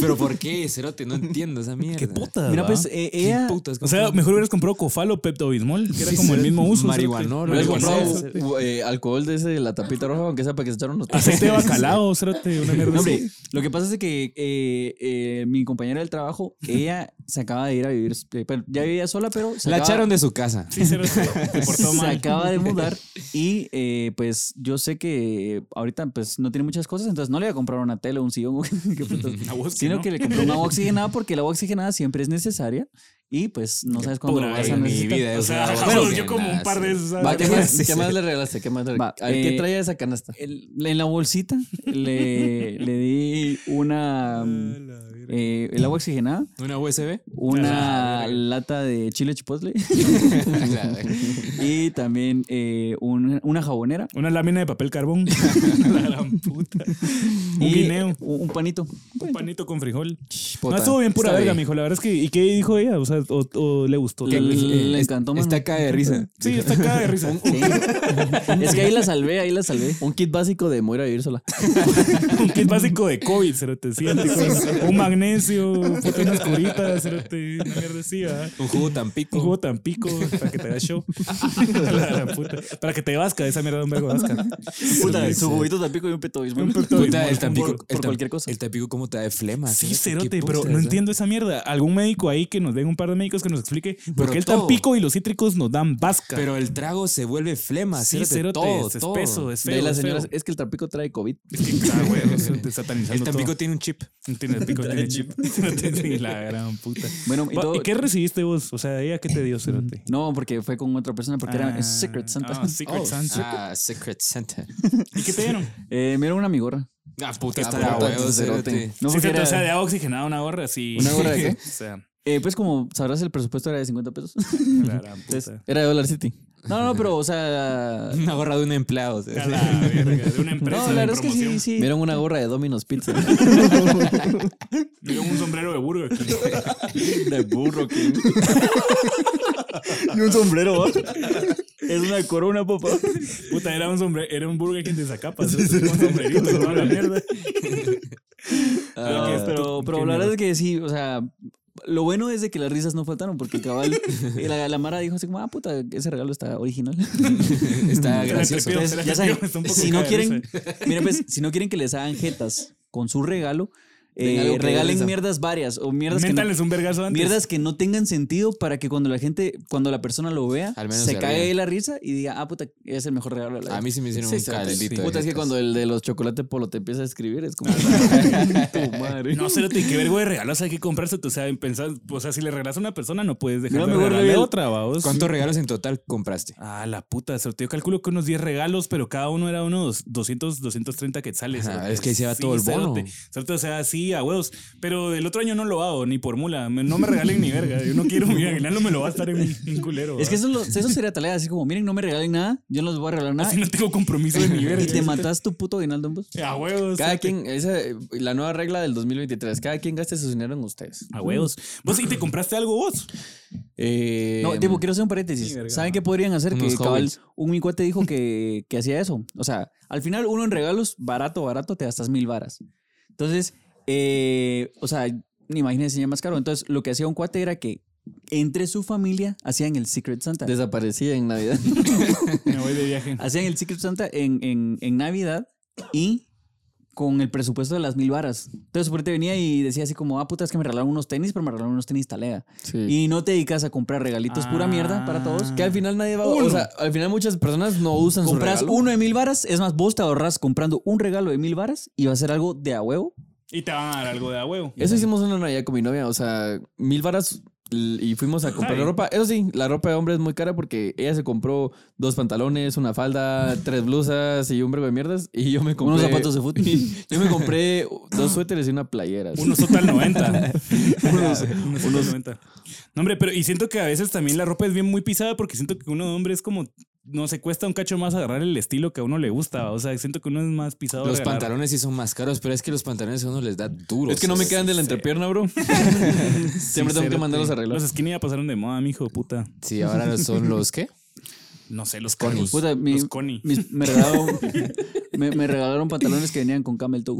Speaker 2: Pero ¿por qué, Cerote? No entiendo esa mierda.
Speaker 3: Qué puta.
Speaker 1: Mira,
Speaker 3: ¿va?
Speaker 1: pues eh, ella.
Speaker 3: O sea, mejor hubieras comprado Cofalo o Pepto Bismol, que era como el mismo uso. cerote.
Speaker 2: Marihuanol,
Speaker 4: Hubieras
Speaker 2: Marihuana.
Speaker 4: comprado eh, alcohol de ese, de la tapita roja, aunque sea para que se echaron los
Speaker 1: Ah,
Speaker 3: Aceite de bacalao, cerote, una mierda.
Speaker 1: No,
Speaker 3: así.
Speaker 1: hombre, lo que pasa es que eh, eh, mi compañera del trabajo, ella se acaba de ir a vivir. eh, pero ya vivía sola, pero. Se
Speaker 2: La
Speaker 1: acaba-
Speaker 2: echaron de su casa.
Speaker 3: Sí, cerote, se portó
Speaker 1: se
Speaker 3: mal.
Speaker 1: acaba de mudar y eh, pues yo sé que ahorita pues no tiene muchas cosas, entonces no le voy a comprar una tele, un sillón, qué putas,
Speaker 3: A vos que
Speaker 1: sino
Speaker 3: no.
Speaker 1: que le compré una agua oxigenada porque la agua oxigenada siempre es necesaria y pues no sabes cuándo
Speaker 3: pura
Speaker 1: lo vas
Speaker 3: verga,
Speaker 1: a
Speaker 2: En mi
Speaker 1: necesitar.
Speaker 2: vida.
Speaker 3: O sea,
Speaker 2: usaba
Speaker 3: bueno,
Speaker 2: agua
Speaker 3: yo como un
Speaker 2: oxigenada,
Speaker 3: par de
Speaker 2: sí.
Speaker 3: esos.
Speaker 4: Va, ¿qué,
Speaker 1: Sí,
Speaker 4: más,
Speaker 1: sí,
Speaker 4: qué
Speaker 1: sí.
Speaker 4: más le regalaste? ¿Qué más le
Speaker 1: Va,
Speaker 4: regalaste? A ver,
Speaker 1: eh,
Speaker 4: ¿Qué traía esa canasta?
Speaker 1: El- en la bolsita le, le di una... mm, eh, el agua oxigenada,
Speaker 2: ¿Una USB?
Speaker 1: una
Speaker 3: verga.
Speaker 1: lata de chile chipotle y también eh, un- una jabonera
Speaker 3: Una lámina de papel carbón. la gran puta. Un
Speaker 1: y
Speaker 3: guineo.
Speaker 1: un un panito.
Speaker 3: Un panito con frijol.
Speaker 2: Puta,
Speaker 3: no, estuvo bien pura
Speaker 2: está
Speaker 3: verga,
Speaker 2: bien.
Speaker 3: mijo. La verdad es que. ¿Y qué dijo ella? O sea, o, o le gustó.
Speaker 1: Le-
Speaker 3: tal vez.
Speaker 1: le
Speaker 2: Eh,
Speaker 1: encantó, mano.
Speaker 2: Está cae de risa.
Speaker 3: Sí, está acá de risa. Un,
Speaker 1: Sí. es que ahí la salvé, ahí la salvé.
Speaker 4: Un kit básico de Moira vivir sola.
Speaker 3: un kit básico de COVID, cerote. Sí, anticovid. un magnesio, puta, unas curitas, cerote. Una mierda así, ¿verdad?
Speaker 2: Un jugo tan pico.
Speaker 3: Un jugo tan pico para que te hagas show. La gran puta. Para que te vasca esa mierda de un vergo vasca.
Speaker 1: Puta, su juguito tampico y un petobismo.
Speaker 3: Un pepto-
Speaker 2: Puta, el
Speaker 3: Por-
Speaker 2: Tampico.
Speaker 1: por
Speaker 2: el Tam-
Speaker 1: cualquier cosa.
Speaker 2: El Tampico, ¿cómo te da de flema?
Speaker 3: Sí,
Speaker 2: cerote, qué
Speaker 3: cerote, pero
Speaker 2: putas,
Speaker 3: no
Speaker 2: ¿eh?
Speaker 3: entiendo esa mierda. Algún médico ahí que nos den un par de médicos que nos explique por
Speaker 2: Pero
Speaker 3: qué el
Speaker 2: todo.
Speaker 3: tampico y los cítricos nos dan vasca.
Speaker 2: Pero el trago se vuelve flema.
Speaker 3: sí,
Speaker 2: cerote,
Speaker 3: cerote,
Speaker 2: todo,
Speaker 3: es
Speaker 2: todo.
Speaker 3: espeso, es
Speaker 4: De
Speaker 3: feo.
Speaker 4: ahí las
Speaker 3: es feo.
Speaker 4: señoras, es que el trapico trae COVID.
Speaker 3: Es que, ah, güey, o sea, te satanizando
Speaker 2: El Tampico
Speaker 3: todo.
Speaker 2: tiene un chip.
Speaker 3: Tiene el pico, tiene chip. Sí, la gran puta.
Speaker 1: Bueno, y
Speaker 3: Va,
Speaker 1: todo-
Speaker 3: ¿Y qué recibiste vos? O sea, ¿ella qué te dio, Cerote?
Speaker 1: No, porque fue con otra persona, porque era Secret Santa.
Speaker 3: Ah, Secret
Speaker 2: Oh,
Speaker 3: Santa.
Speaker 2: Ah, Secret Santa.
Speaker 3: ¿Y qué te dieron?
Speaker 1: Eh, me dieron una migorra.
Speaker 2: Ah, puta,
Speaker 4: está
Speaker 2: está
Speaker 4: de
Speaker 2: de
Speaker 4: huevos,
Speaker 2: huevos,
Speaker 4: cerote.
Speaker 2: cerote.
Speaker 1: No,
Speaker 3: Sí,
Speaker 1: porque
Speaker 3: Cerote,
Speaker 1: era-
Speaker 3: O sea, de agua oxigenada, una gorra, sí.
Speaker 4: ¿Una gorra de qué?
Speaker 3: O sea,
Speaker 1: eh, pues como sabrás, el presupuesto era de 50 pesos.
Speaker 3: la gran
Speaker 1: Entonces,
Speaker 3: puta.
Speaker 4: Era de Dollar City.
Speaker 1: no, no, pero, o sea...
Speaker 2: Una gorra de un empleado. cerote.
Speaker 3: A la verga, de una empresa
Speaker 1: No,
Speaker 3: de
Speaker 1: la verdad es que sí,
Speaker 3: promoción.
Speaker 1: sí.
Speaker 4: Vieron una gorra de Domino's Pizza.
Speaker 3: Me dio un sombrero de Burger King.
Speaker 4: de burro, que
Speaker 1: Y un sombrero, ¿va? Es una corona, papá.
Speaker 3: Puta, era un sombrero, era un Burger King de Zacapas. ¿no? Un sombrerito, toda la mierda.
Speaker 1: No,
Speaker 3: Ah,
Speaker 1: pero,
Speaker 3: tú-
Speaker 1: pero
Speaker 3: qué
Speaker 1: la verdad
Speaker 3: mierda.
Speaker 1: es que sí, o sea, lo bueno es de que las risas no faltaron, porque cabal, eh, la, la Mara dijo así como, ah, puta, ese regalo está original.
Speaker 2: Está
Speaker 3: Era
Speaker 2: gracioso.
Speaker 3: trepeo.
Speaker 1: Entonces,
Speaker 3: será
Speaker 1: ya
Speaker 3: que
Speaker 1: saben,
Speaker 3: está un poco
Speaker 1: si no
Speaker 3: cae de
Speaker 1: quieren, miren, pues, si no quieren que les hagan jetas con su regalo, eh,
Speaker 4: Tengan algo que
Speaker 1: regalen
Speaker 4: verles a-
Speaker 1: mierdas varias o mierdas que, no,
Speaker 3: Méntales un vergazo antes.
Speaker 1: mierdas que no tengan sentido para que cuando la gente, cuando la persona lo vea,
Speaker 2: Al menos
Speaker 1: se
Speaker 2: se
Speaker 1: cague
Speaker 2: ríe.
Speaker 1: de la risa y diga, ah, puta, es el mejor regalo de la
Speaker 2: A
Speaker 1: vida".
Speaker 2: mí sí me hicieron un caldito. de
Speaker 4: Puta, es que
Speaker 2: jetas.
Speaker 4: cuando el de los chocolates polo te empieza a escribir, es como. tu madre.
Speaker 3: No, cerote, qué vergo de regalos hay que comprarse. O sea, en pensar, o sea, si le regalas a una persona, no puedes dejar
Speaker 1: Mira,
Speaker 3: de
Speaker 1: mejor
Speaker 3: regalarle
Speaker 1: regalo-
Speaker 3: otra, vaos.
Speaker 2: ¿Cuántos regalos en total compraste?
Speaker 3: Ah, la puta, cerote. Yo calculo que unos 10 regalos, pero cada uno era unos 200, 230 quetzales.
Speaker 2: Ajá,
Speaker 3: cerote.
Speaker 2: es que ahí se va todo el bono.
Speaker 3: Cerote, Cerote, o sea, sí, a huevos. Pero el otro año no lo hago, ni por mula. Me- No me regalen ni verga. Yo no quiero, mi aguinaldo me lo va a estar en un culero.
Speaker 1: Es que
Speaker 3: vaos.
Speaker 1: eso, es lo- eso sería tarea, así como, miren, no me regalen nada, yo no les voy a regalar nada.
Speaker 3: Así no tengo compromiso de mi verga.
Speaker 1: Y te matas tu puto aguinaldo en vos.
Speaker 3: A huevos.
Speaker 4: Cada
Speaker 3: cerote.
Speaker 4: quien, esa, la nueva regla del 2023, cada quien gaste su dinero en ustedes.
Speaker 3: A huevos. ¿Vos y te compraste algo vos?
Speaker 4: Eh,
Speaker 1: No, tipo, quiero hacer un paréntesis.
Speaker 3: sí, verga.
Speaker 1: ¿Saben qué podrían hacer? Que
Speaker 2: Unos
Speaker 1: cabal,
Speaker 2: Howls.
Speaker 1: un mi cuate dijo que, que hacía eso. O sea, al final uno en regalos, barato, barato, te gastas mil varas. Entonces, eh, o sea, ni imagínense ya más caro. Entonces, lo que hacía un cuate era que entre su familia hacían el Secret Santa.
Speaker 4: desaparecía en Navidad.
Speaker 3: Me voy de viaje.
Speaker 1: Hacían el Secret Santa en, en, en Navidad y con el presupuesto de las mil varas. Entonces, suponete venía y decía así como, ah, puta, es que me regalaron unos tenis, pero me regalaron unos tenis talega. Y no te dedicas a comprar regalitos
Speaker 4: Ah.
Speaker 1: pura mierda para todos.
Speaker 4: pues, Que al final nadie va.
Speaker 3: Uno.
Speaker 4: O sea, al final muchas personas no usan
Speaker 1: Ah. Compras
Speaker 4: su regalo.
Speaker 1: uno de mil varas, es más, vos te ahorras comprando un regalo de mil varas y va a ser algo de a huevo.
Speaker 3: Y te van a dar algo de a huevo.
Speaker 4: Eso hicimos una Navidad con mi novia, o sea, mil varas l- y fuimos a comprar
Speaker 3: Ay.
Speaker 4: ropa. Eso sí, la ropa de hombre es muy cara porque ella se compró dos pantalones, una falda, tres blusas y un vergo de mierdas. Y yo me compré.
Speaker 1: Unos zapatos de fútbol.
Speaker 4: Yo me compré dos suéteres y una playera. así.
Speaker 3: Unos total 90. unos, unos total 90. No, hombre, pero y siento que a veces también la ropa es bien muy pisada porque siento que uno de hombre es como no se cuesta un cacho más agarrar el estilo que a uno le gusta. O sea, siento que uno es más pisado.
Speaker 2: Los
Speaker 3: de agarrar.
Speaker 2: pantalones sí son más caros, pero es que los pantalones a uno les da duros.
Speaker 4: Es que no me quedan de la
Speaker 3: sí.
Speaker 4: entrepierna, bro. Siempre tengo que
Speaker 3: Cérate.
Speaker 4: mandarlos a arreglar.
Speaker 3: Los skinny ya pasaron de moda, mijo, puta.
Speaker 2: Sí, ahora son los ¿qué?
Speaker 3: No sé, los conis.
Speaker 1: Puta, mi-
Speaker 3: los coni.
Speaker 1: mis- me, regalaron, me, me regalaron pantalones que venían con camel toe.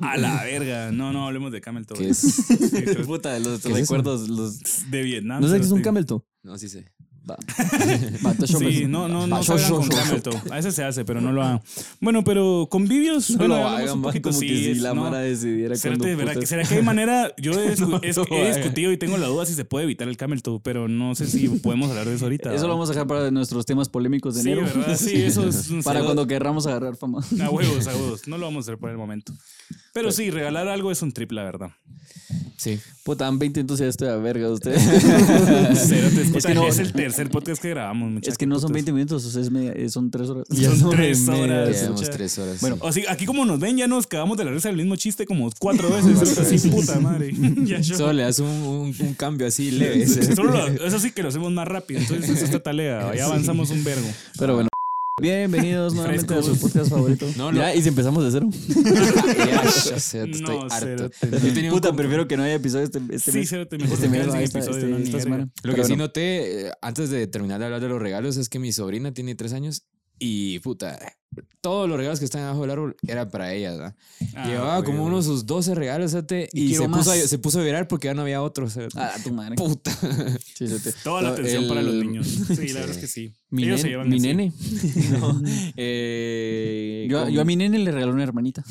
Speaker 3: A la verga. No, no, hablemos de Camel Toe.
Speaker 2: ¿Qué es?
Speaker 3: Sí, pero
Speaker 4: Puta, los
Speaker 2: es eso?
Speaker 4: recuerdos, los.
Speaker 3: De
Speaker 1: Ah,
Speaker 3: Vietnam.
Speaker 4: ¿No
Speaker 3: se
Speaker 4: sabes que es
Speaker 3: los
Speaker 4: un
Speaker 3: digo.
Speaker 4: camel toe?
Speaker 2: No, sí sé.
Speaker 3: Sí, no, no, no. salgan con Camel Toe. A ese se hace, pero no lo hagan. Bueno, pero convivios.
Speaker 4: No
Speaker 3: bueno,
Speaker 4: lo
Speaker 3: hablamos
Speaker 4: hagan,
Speaker 3: un
Speaker 4: va,
Speaker 3: poquito,
Speaker 4: como que
Speaker 3: sí,
Speaker 4: si
Speaker 3: es-
Speaker 4: la
Speaker 3: no.
Speaker 4: Mara decidiera
Speaker 3: Cérate,
Speaker 4: cuándo
Speaker 3: ¿verdad?
Speaker 4: putas-
Speaker 3: ¿Será que hay manera? Yo he, discu- es-
Speaker 4: lo
Speaker 3: he
Speaker 4: hagan.
Speaker 3: discutido y tengo la duda si se puede evitar el camel toe, pero no sé si podemos hablar de eso ahorita.
Speaker 1: Eso lo vamos a dejar para nuestros temas polémicos de
Speaker 3: Sí,
Speaker 1: enero.
Speaker 3: ¿verdad? Sí, eso es un
Speaker 1: Para
Speaker 3: saludo.
Speaker 1: cuando querramos agarrar fama.
Speaker 3: A huevos, a huevos. No lo vamos a hacer por el momento. Pero sí, regalar algo es un trip, la verdad.
Speaker 2: Sí.
Speaker 4: Puta, dan 20 entusiastas de verga ustedes.
Speaker 3: Cérate, puta, es,
Speaker 1: que no-
Speaker 3: el tercer podcast que grabamos, muchachos.
Speaker 1: Es que no son 20 minutos, o sea, es media- eh, son 3 horas.
Speaker 4: Ya
Speaker 3: Son
Speaker 4: son
Speaker 3: tres
Speaker 4: y media,
Speaker 3: horas.
Speaker 4: ya.
Speaker 2: Llevamos
Speaker 3: escucha.
Speaker 2: tres horas.
Speaker 1: Bueno,
Speaker 3: O sea, aquí como nos ven, ya nos cagamos de la risa del mismo chiste como cuatro veces. Es así, puta madre. Ya yo-
Speaker 2: solo le das un, un- un cambio así leve.
Speaker 3: Solo lo- eso sí que lo hacemos más rápido. Entonces, eso está tarea. Ya avanzamos un vergo.
Speaker 4: Pero bueno.
Speaker 1: Bienvenidos nuevamente a su
Speaker 3: Frescos.
Speaker 1: podcast favorito.
Speaker 2: No, no.
Speaker 4: Ya, y si empezamos de cero.
Speaker 2: Ya, yo sé, estoy
Speaker 3: No,
Speaker 2: harto.
Speaker 3: cérate, no.
Speaker 2: Yo tenía un
Speaker 1: Puta,
Speaker 2: comp-
Speaker 1: prefiero que no haya episodio este, este
Speaker 3: Sí,
Speaker 1: mes.
Speaker 3: cérate, mejor
Speaker 1: Este
Speaker 3: que
Speaker 1: mes,
Speaker 3: el
Speaker 1: no, esta,
Speaker 3: episodio,
Speaker 1: este-
Speaker 3: no, ni
Speaker 1: esta
Speaker 3: verga.
Speaker 1: semana.
Speaker 2: Lo
Speaker 1: Pero
Speaker 2: que sí
Speaker 1: bueno,
Speaker 2: noté, eh, antes de terminar de hablar de los regalos, es que mi sobrina tiene tres años y puta, todos los regalos que están abajo del árbol eran para ella, ¿verdad?
Speaker 3: Ah,
Speaker 2: Llevaba como
Speaker 3: huevo.
Speaker 2: uno de sus 12 regalos, fíjate,
Speaker 1: Y
Speaker 2: y,
Speaker 1: quiero
Speaker 2: se, puso a,
Speaker 1: más.
Speaker 2: se puso a llorar porque ya no había otros. fíjate.
Speaker 1: A Ah, tu madre.
Speaker 2: Puta.
Speaker 4: Sí, sí, sí.
Speaker 3: Toda la
Speaker 4: No,
Speaker 3: atención para los
Speaker 4: el-
Speaker 3: niños. Sí, la verdad es que sí.
Speaker 4: Mi,
Speaker 3: Ellos
Speaker 4: nen-
Speaker 3: se llevan
Speaker 4: mi
Speaker 3: así.
Speaker 4: nene. No, eh,
Speaker 1: Yo,
Speaker 4: con-
Speaker 1: yo a mi nene le regalé una hermanita.